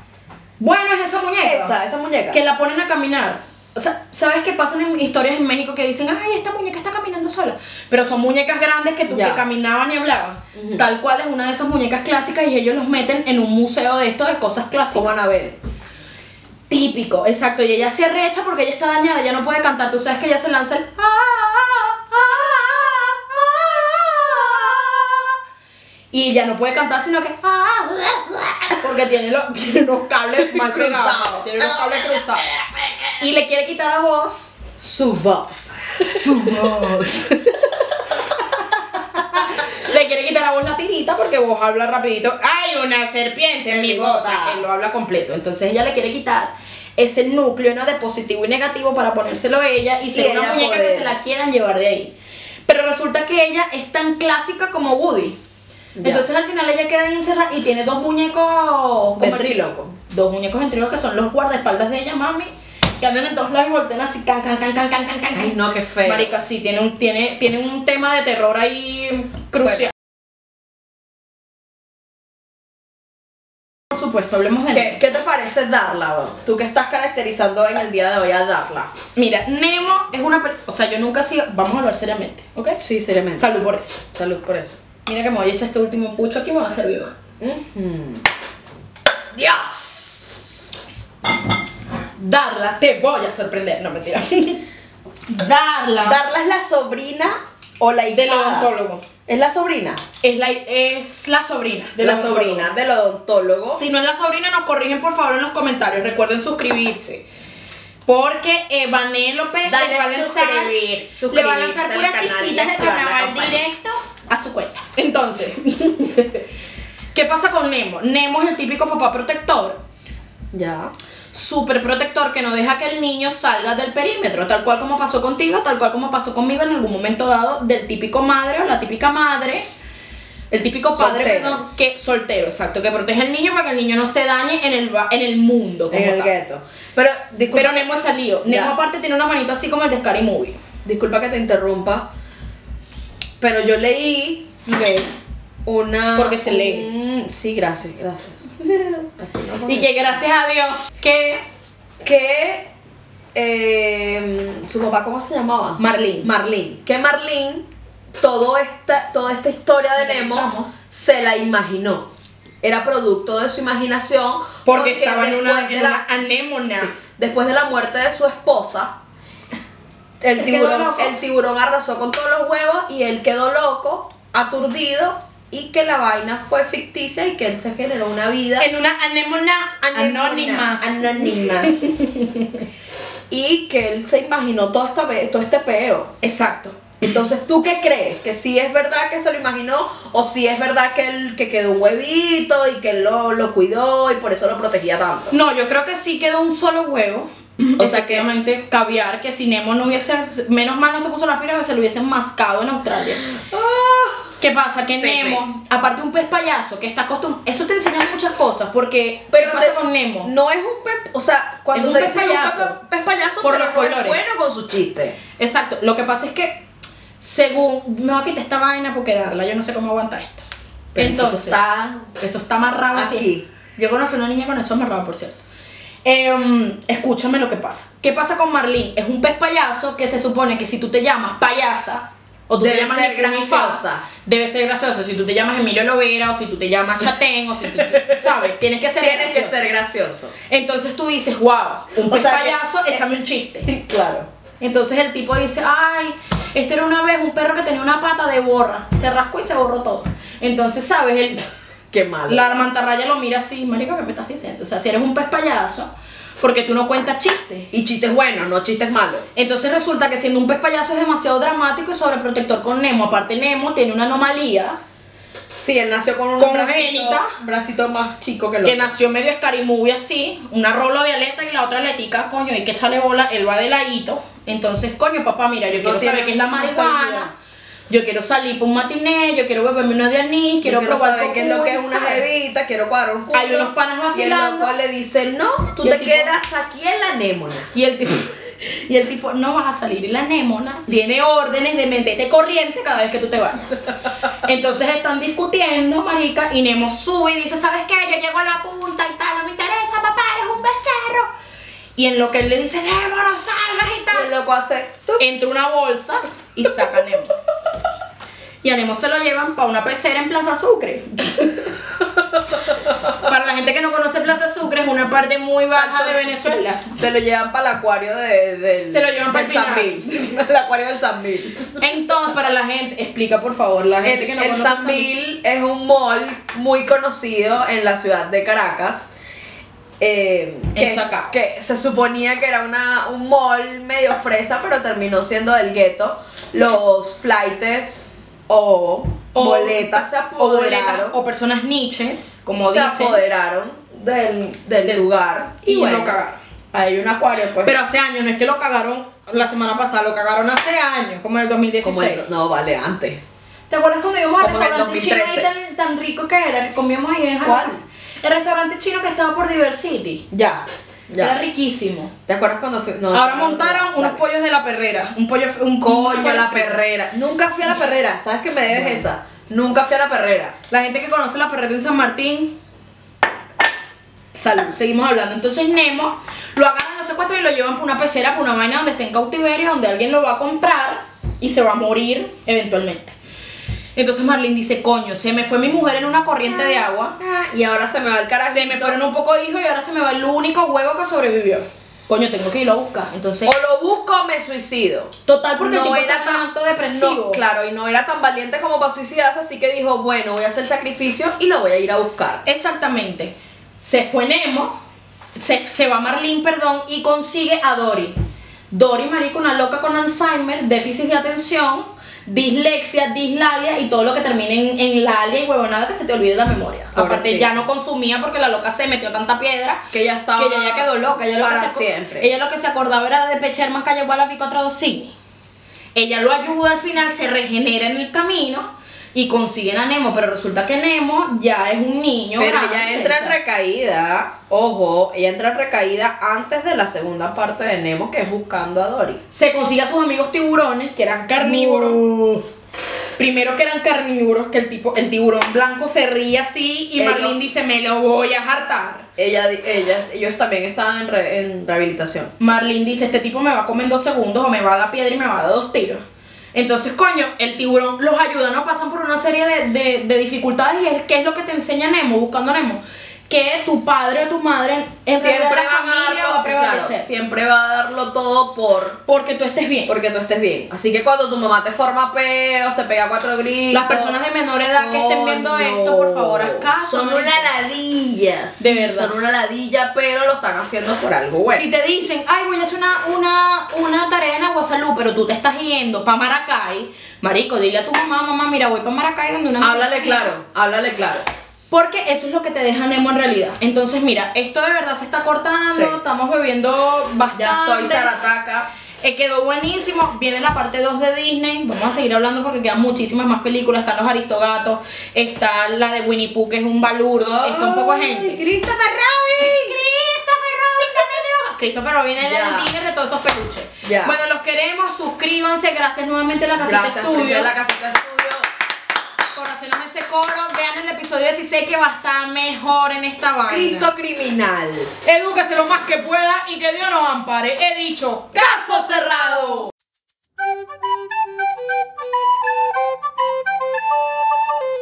Speaker 1: Bueno, es esa muñeca.
Speaker 2: Esa, esa muñeca.
Speaker 1: Que la ponen a caminar. O sea, ¿Sabes que pasan en historias en México que dicen, ay, esta muñeca está caminando sola? Pero son muñecas grandes que tú
Speaker 2: Ya.
Speaker 1: que caminaban y hablaban. Tal cual es una de esas muñecas clásicas y ellos los meten en un museo de esto de cosas clásicas.
Speaker 2: Como Anabel.
Speaker 1: Típico, exacto. Y ella se arrecha porque ella está dañada, ella no puede cantar. Tú sabes que ella se lanza el. "Ah, ah", Y ella no puede cantar, sino que. "Ah, Porque tiene, los- tiene unos cables mal
Speaker 2: Cruzados.
Speaker 1: cruzados. Tiene unos cables cruzados. Y le quiere quitar la voz.
Speaker 2: Su voz.
Speaker 1: Su voz. Le quiere quitar a vos la tirita porque vos habla rapidito. Hay una serpiente en mi bota. Él lo habla completo. Entonces ella le quiere quitar ese núcleo ¿no? de positivo y negativo para ponérselo a ella y ser
Speaker 2: Y
Speaker 1: una
Speaker 2: ella
Speaker 1: muñeca
Speaker 2: poder.
Speaker 1: que se la quieran llevar de ahí. Pero resulta que ella es tan clásica como Woody.
Speaker 2: Ya.
Speaker 1: Entonces al final ella queda ahí encerrada y tiene dos muñecos
Speaker 2: Ventríloco.
Speaker 1: Dos muñecos ventrílocos que son los guardaespaldas de ella, mami, que andan en todos lados y voltean así can can can can can can can.
Speaker 2: Ay, no, qué feo.
Speaker 1: Marica, sí, tiene un, tiene, tiene un tema de terror ahí crucial. Por supuesto, hablemos de
Speaker 2: ¿Qué,
Speaker 1: Nemo.
Speaker 2: qué te parece Darla? bo? Tú que estás caracterizando en el día de hoy a Darla.
Speaker 1: Mira, Nemo es una... pel- O sea, yo nunca he sido... Vamos a hablar seriamente, ¿ok?
Speaker 2: Sí, seriamente.
Speaker 1: Salud por eso.
Speaker 2: Salud por eso.
Speaker 1: Mira que me voy a echar este último pucho aquí, me va a servir más. ¡Dios! Darla, te voy a sorprender. No, mentira. Darla. Ah.
Speaker 2: Darla es la sobrina o la hija.
Speaker 1: del odontólogo.
Speaker 2: Es la sobrina.
Speaker 1: Es la, es la sobrina. del
Speaker 2: la
Speaker 1: odontólogo.
Speaker 2: sobrina del odontólogo.
Speaker 1: Si no es la sobrina, nos corrigen por favor en los comentarios. Recuerden suscribirse. Porque Evanélope le va
Speaker 2: Dale
Speaker 1: a lanzar,
Speaker 2: suscribir,
Speaker 1: le va a lanzar
Speaker 2: suscribirse
Speaker 1: puras
Speaker 2: al canal y
Speaker 1: chispitas de
Speaker 2: activar la
Speaker 1: carnaval
Speaker 2: campana.
Speaker 1: directo a su cuenta. Entonces, ¿qué pasa con Nemo? Nemo es el típico papá protector,
Speaker 2: Ya.
Speaker 1: super protector, que no deja que el niño salga del perímetro, tal cual como pasó contigo, tal cual como pasó conmigo en algún momento dado, del típico madre o la típica madre. El típico padre
Speaker 2: Soltero.
Speaker 1: perdón, que soltero, exacto, que protege al niño para que el niño no se dañe en el, ba- en el mundo. Como
Speaker 2: En el
Speaker 1: tal.
Speaker 2: gueto. Pero, disculpa,
Speaker 1: Pero Nemo es salido.
Speaker 2: Ya.
Speaker 1: Nemo aparte tiene una manito así como el de Scary Movie.
Speaker 2: disculpa que te interrumpa. Pero yo leí una.
Speaker 1: Porque se lee.
Speaker 2: un- sí, gracias, gracias. Aquí no
Speaker 1: Y que gracias a Dios que
Speaker 2: que eh, su papá, ¿cómo se llamaba?
Speaker 1: Marlene.
Speaker 2: Marlene. Que Marlene, todo esta, toda esta historia de
Speaker 1: Estamos.
Speaker 2: Nemo se la imaginó. Era producto de su imaginación.
Speaker 1: porque, estaba en una,
Speaker 2: después de
Speaker 1: en
Speaker 2: la-
Speaker 1: una anémona.
Speaker 2: sí, después de la muerte de su esposa, el
Speaker 1: Él quedó
Speaker 2: tiburón,
Speaker 1: loco.
Speaker 2: el tiburón arrasó con todos los huevos y él quedó loco, aturdido, y que la vaina fue ficticia y que él se generó una vida
Speaker 1: En una anémona
Speaker 2: Anemona,
Speaker 1: anónima.
Speaker 2: Anónima. y que él se imaginó todo, esta, pe- todo este peo.
Speaker 1: Exacto.
Speaker 2: Entonces, ¿tú qué crees? ¿Que si es verdad que se lo imaginó? ¿O si es verdad que él que quedó un huevito y que él lo, lo cuidó y por eso lo protegía tanto?
Speaker 1: No, yo creo que sí quedó un solo huevo.
Speaker 2: O
Speaker 1: O
Speaker 2: sea
Speaker 1: sea,
Speaker 2: que-
Speaker 1: obviamente caviar, que si Nemo no hubiese, menos mal no se puso las pilas que se lo hubiesen mascado en Australia. ¿Qué pasa? Que
Speaker 2: Ah. Sepe.
Speaker 1: Nemo, aparte un pez payaso que está acostumbrado, eso te enseña muchas cosas, porque
Speaker 2: Pero
Speaker 1: ¿qué pasa
Speaker 2: te- Mm.
Speaker 1: con Nemo?
Speaker 2: No es un pez, o sea, cuando
Speaker 1: Es
Speaker 2: te
Speaker 1: un pez
Speaker 2: dicen un
Speaker 1: payaso.
Speaker 2: pez- pez payaso,
Speaker 1: Por
Speaker 2: pero
Speaker 1: los
Speaker 2: no es
Speaker 1: colores.
Speaker 2: bueno con su chiste.
Speaker 1: Exacto, lo que pasa es que, según, me va a quitar esta vaina porque darla, yo no sé cómo aguanta esto.
Speaker 2: Pero
Speaker 1: Entonces,
Speaker 2: entonces está
Speaker 1: eso está amarrado así.
Speaker 2: Aquí.
Speaker 1: Yo conocí una niña con eso amarrado, por cierto. Em, escúchame lo que pasa. ¿Qué pasa con Marlene? Es un pez payaso que se supone que si tú te llamas payasa o tú
Speaker 2: Debe
Speaker 1: te llamas
Speaker 2: ser
Speaker 1: Efraifa,
Speaker 2: graciosa.
Speaker 1: debe ser gracioso. Si tú te llamas Emilio Lovera o si tú te llamas Chatén o si tú sabes, tienes que ser
Speaker 2: Tienes que
Speaker 1: gracioso.
Speaker 2: ser gracioso.
Speaker 1: Entonces tú dices, wow, un
Speaker 2: O
Speaker 1: pez
Speaker 2: sea que- eh,
Speaker 1: payaso, échame un chiste.
Speaker 2: Claro.
Speaker 1: Entonces el tipo dice, ay, este era una vez un perro que tenía una pata de borra, se rascó y se borró todo. Entonces, ¿sabes? El,
Speaker 2: Qué malo.
Speaker 1: la mantarraya lo mira así, marico, ¿qué me estás diciendo? O sea, si eres un pez payaso, porque tú no cuentas chistes.
Speaker 2: Y chistes buenos, no chistes malos.
Speaker 1: Entonces resulta que siendo un pez payaso es demasiado dramático y sobreprotector con Nemo. Aparte Nemo tiene una anomalía
Speaker 2: Sí, él nació con un
Speaker 1: Congénita.
Speaker 2: bracito, bracito más chico que el
Speaker 1: que
Speaker 2: otro.
Speaker 1: nació medio Scary Movie así, una rolo de aleta y la otra aletica, coño, hay que echarle bola, él va de ladito. Entonces, coño, papá, mira, yo quiero
Speaker 2: tiene
Speaker 1: saber qué es la
Speaker 2: una
Speaker 1: marihuana.
Speaker 2: estabilidad.
Speaker 1: Yo quiero salir por un matiné, yo quiero beberme una de anís, quiero,
Speaker 2: quiero
Speaker 1: probar
Speaker 2: saber qué es lo que es una
Speaker 1: cocurza.
Speaker 2: jevita, quiero cuadrar un culo.
Speaker 1: Hay unos panas
Speaker 2: Y el
Speaker 1: vacilando.
Speaker 2: loco le dice, no, tú
Speaker 1: Y el
Speaker 2: te
Speaker 1: tipo-
Speaker 2: quedas aquí en la anémona.
Speaker 1: Y el, tipo, y el tipo, no vas a salir. Y la anémona tiene órdenes de meterte corriente cada vez que tú te vayas. Entonces están discutiendo, marica, y Nemo sube y dice, ¿sabes qué? Yo llego a la punta y tal, no me interesa, papá, eres un becerro. Y en lo que él le dice, Nemo, no salgas y
Speaker 2: Y
Speaker 1: tal,
Speaker 2: el loco hace, tú.
Speaker 1: entra una bolsa y saca a Nemo. Y a Nemo se lo llevan para una pecera en Plaza Sucre. Para la gente que no conoce Plaza Sucre, es una parte muy baja de Venezuela.
Speaker 2: Se lo llevan para el acuario de, del.
Speaker 1: Se lo llevan para el
Speaker 2: del San
Speaker 1: final.
Speaker 2: Bill. El acuario del San Bill.
Speaker 1: Entonces, para la gente, explica por favor, la gente
Speaker 2: El,
Speaker 1: que no
Speaker 2: el
Speaker 1: conoce
Speaker 2: San Bill es un mall muy conocido en la ciudad de Caracas. eh, que,
Speaker 1: Chacao.
Speaker 2: que se suponía que era una, un mall medio fresa, pero terminó siendo del gueto. Los flightes o,
Speaker 1: O-
Speaker 2: boletas se
Speaker 1: o boletas
Speaker 2: apoderaron.
Speaker 1: o personas niches, como
Speaker 2: se
Speaker 1: dicen.
Speaker 2: apoderaron del, del lugar.
Speaker 1: y
Speaker 2: Y, bueno,
Speaker 1: lo cagaron.
Speaker 2: Hay un acuario, pues.
Speaker 1: Pero hace años, no es que lo cagaron la semana pasada, lo cagaron hace años, como en el 2016.
Speaker 2: como el- no, vale, antes.
Speaker 1: ¿Te acuerdas cuando íbamos al
Speaker 2: Como en el
Speaker 1: restaurante chino ahí
Speaker 2: 2013?
Speaker 1: tan, tan rico que era, que comíamos ahí en
Speaker 2: ¿Cuál?
Speaker 1: Caracas? El restaurante chino que estaba por Diversity.
Speaker 2: Ya,
Speaker 1: Era
Speaker 2: ya.
Speaker 1: riquísimo.
Speaker 2: ¿Te acuerdas cuando fui? No,
Speaker 1: Ahora
Speaker 2: no, no,
Speaker 1: montaron
Speaker 2: no,
Speaker 1: unos
Speaker 2: vale.
Speaker 1: pollos de la perrera. Un pollo un
Speaker 2: Coño,
Speaker 1: pollo
Speaker 2: la
Speaker 1: frito.
Speaker 2: perrera. Nunca fui a la perrera. ¿Sabes que me debes esa? Nunca fui a la perrera.
Speaker 1: La gente que conoce la perrera en San Martín. Salud, seguimos hablando. Entonces Nemo lo agarran, lo secuestran y lo llevan por una pecera, por una vaina donde está en cautiverio, donde alguien lo va a comprar y se va a morir eventualmente. Entonces Marlene dice, coño, se me fue mi mujer en una corriente de agua.
Speaker 2: Ah, Y ahora se me va el carajo.
Speaker 1: Se me fueron un poco de hijos y ahora se me va el único huevo que sobrevivió. Coño, tengo que irlo a buscar. Entonces,
Speaker 2: O lo busco o me suicido.
Speaker 1: total, porque el tipo
Speaker 2: era
Speaker 1: está tanto depresivo.
Speaker 2: no, claro, y no era tan valiente como para suicidarse, así que dijo, bueno, voy a hacer el sacrificio y lo voy a ir a buscar.
Speaker 1: Exactamente. Se fue Nemo, se, se va Marlene, perdón, y consigue a Dory. Dory, marico, una loca con Alzheimer, déficit de atención, dislexia, dislalia y todo lo que termine en, en lalia y huevonada que se te olvide la memoria. Aparte,
Speaker 2: Pobrecita.
Speaker 1: ya no consumía porque la loca se metió tanta piedra
Speaker 2: Que ya estaba.
Speaker 1: que ella ya quedó loca. Ella lo
Speaker 2: para
Speaker 1: que se, aco-
Speaker 2: siempre.
Speaker 1: Ella lo que se acordaba era de Pecherman Calle Gualabi 4 Sydney. Ella lo ayuda al final, se regenera en el camino y consiguen a Nemo, pero resulta que Nemo ya es un niño.
Speaker 2: Pero
Speaker 1: grande,
Speaker 2: ella entra
Speaker 1: o
Speaker 2: en
Speaker 1: sea,
Speaker 2: recaída, ojo, ella entra en recaída antes de la segunda parte de Nemo, que es buscando a Dory.
Speaker 1: Se consigue a sus amigos tiburones, que eran carnívoros. Primero que eran carnívoros, que el tipo, el tiburón blanco se ríe así y
Speaker 2: Pero-
Speaker 1: Marlene dice, me lo voy a hartar.
Speaker 2: Ella, di- ella, ellos también estaban en, re- en rehabilitación.
Speaker 1: Marlene dice, este tipo me va a comer en dos segundos o me va a dar piedra y me va a dar dos tiros. Entonces, coño, el tiburón los ayuda, ¿no? Pasan por una serie de, de- de dificultades y es que es lo que te enseña Nemo, buscando Nemo. Que tu padre o tu madre en
Speaker 2: siempre
Speaker 1: realidad la
Speaker 2: van a
Speaker 1: familia
Speaker 2: darlo,
Speaker 1: va a
Speaker 2: claro,
Speaker 1: prevalecer.
Speaker 2: siempre va a darlo todo por
Speaker 1: Porque tú estés bien.
Speaker 2: porque tú estés bien. Así que cuando tu mamá te forma peos, te pega cuatro gritos.
Speaker 1: Las personas de menor edad que estén viendo
Speaker 2: Coño.
Speaker 1: esto, por favor, haz caso.
Speaker 2: Son
Speaker 1: marico.
Speaker 2: una ladilla. sí,
Speaker 1: De verdad.
Speaker 2: Son una ladilla, pero lo están haciendo por algo bueno.
Speaker 1: Si te dicen, ay, voy a hacer una, una, una tarea en Aguasalú, pero tú te estás yendo para Maracay, marico, dile a tu mamá, mamá, mira, voy para Maracay donde una amiga
Speaker 2: háblale
Speaker 1: mía".
Speaker 2: claro, háblale claro.
Speaker 1: Porque eso es lo que te deja Nemo en realidad. Entonces, mira, esto de verdad se está cortando,
Speaker 2: Sí.
Speaker 1: estamos bebiendo bastante.
Speaker 2: Ya estoy Zarataca.
Speaker 1: Eh, quedó buenísimo. Viene la parte 2 de Disney. Vamos a seguir hablando porque quedan muchísimas más películas. Están los Aristogatos, está la de Winnie Pooh, que es un balurdo, está un poco de gente.
Speaker 2: Ay, Christopher Robin.
Speaker 1: Christopher Robin también droga. Christopher Robin era
Speaker 2: Ya.
Speaker 1: el líder de todos esos peluches.
Speaker 2: Ya.
Speaker 1: Bueno, los queremos. Suscríbanse. Gracias nuevamente a la Casita
Speaker 2: Gracias,
Speaker 1: Estudio.
Speaker 2: Princesa, la casita estudio.
Speaker 1: Conocieron ese coro. Vean el episodio 16 que va a estar mejor en esta vaina.
Speaker 2: Cristo criminal.
Speaker 1: Edúquese lo más que pueda y que Dios nos ampare. He dicho, caso cerrado.
Speaker 4: Thank you.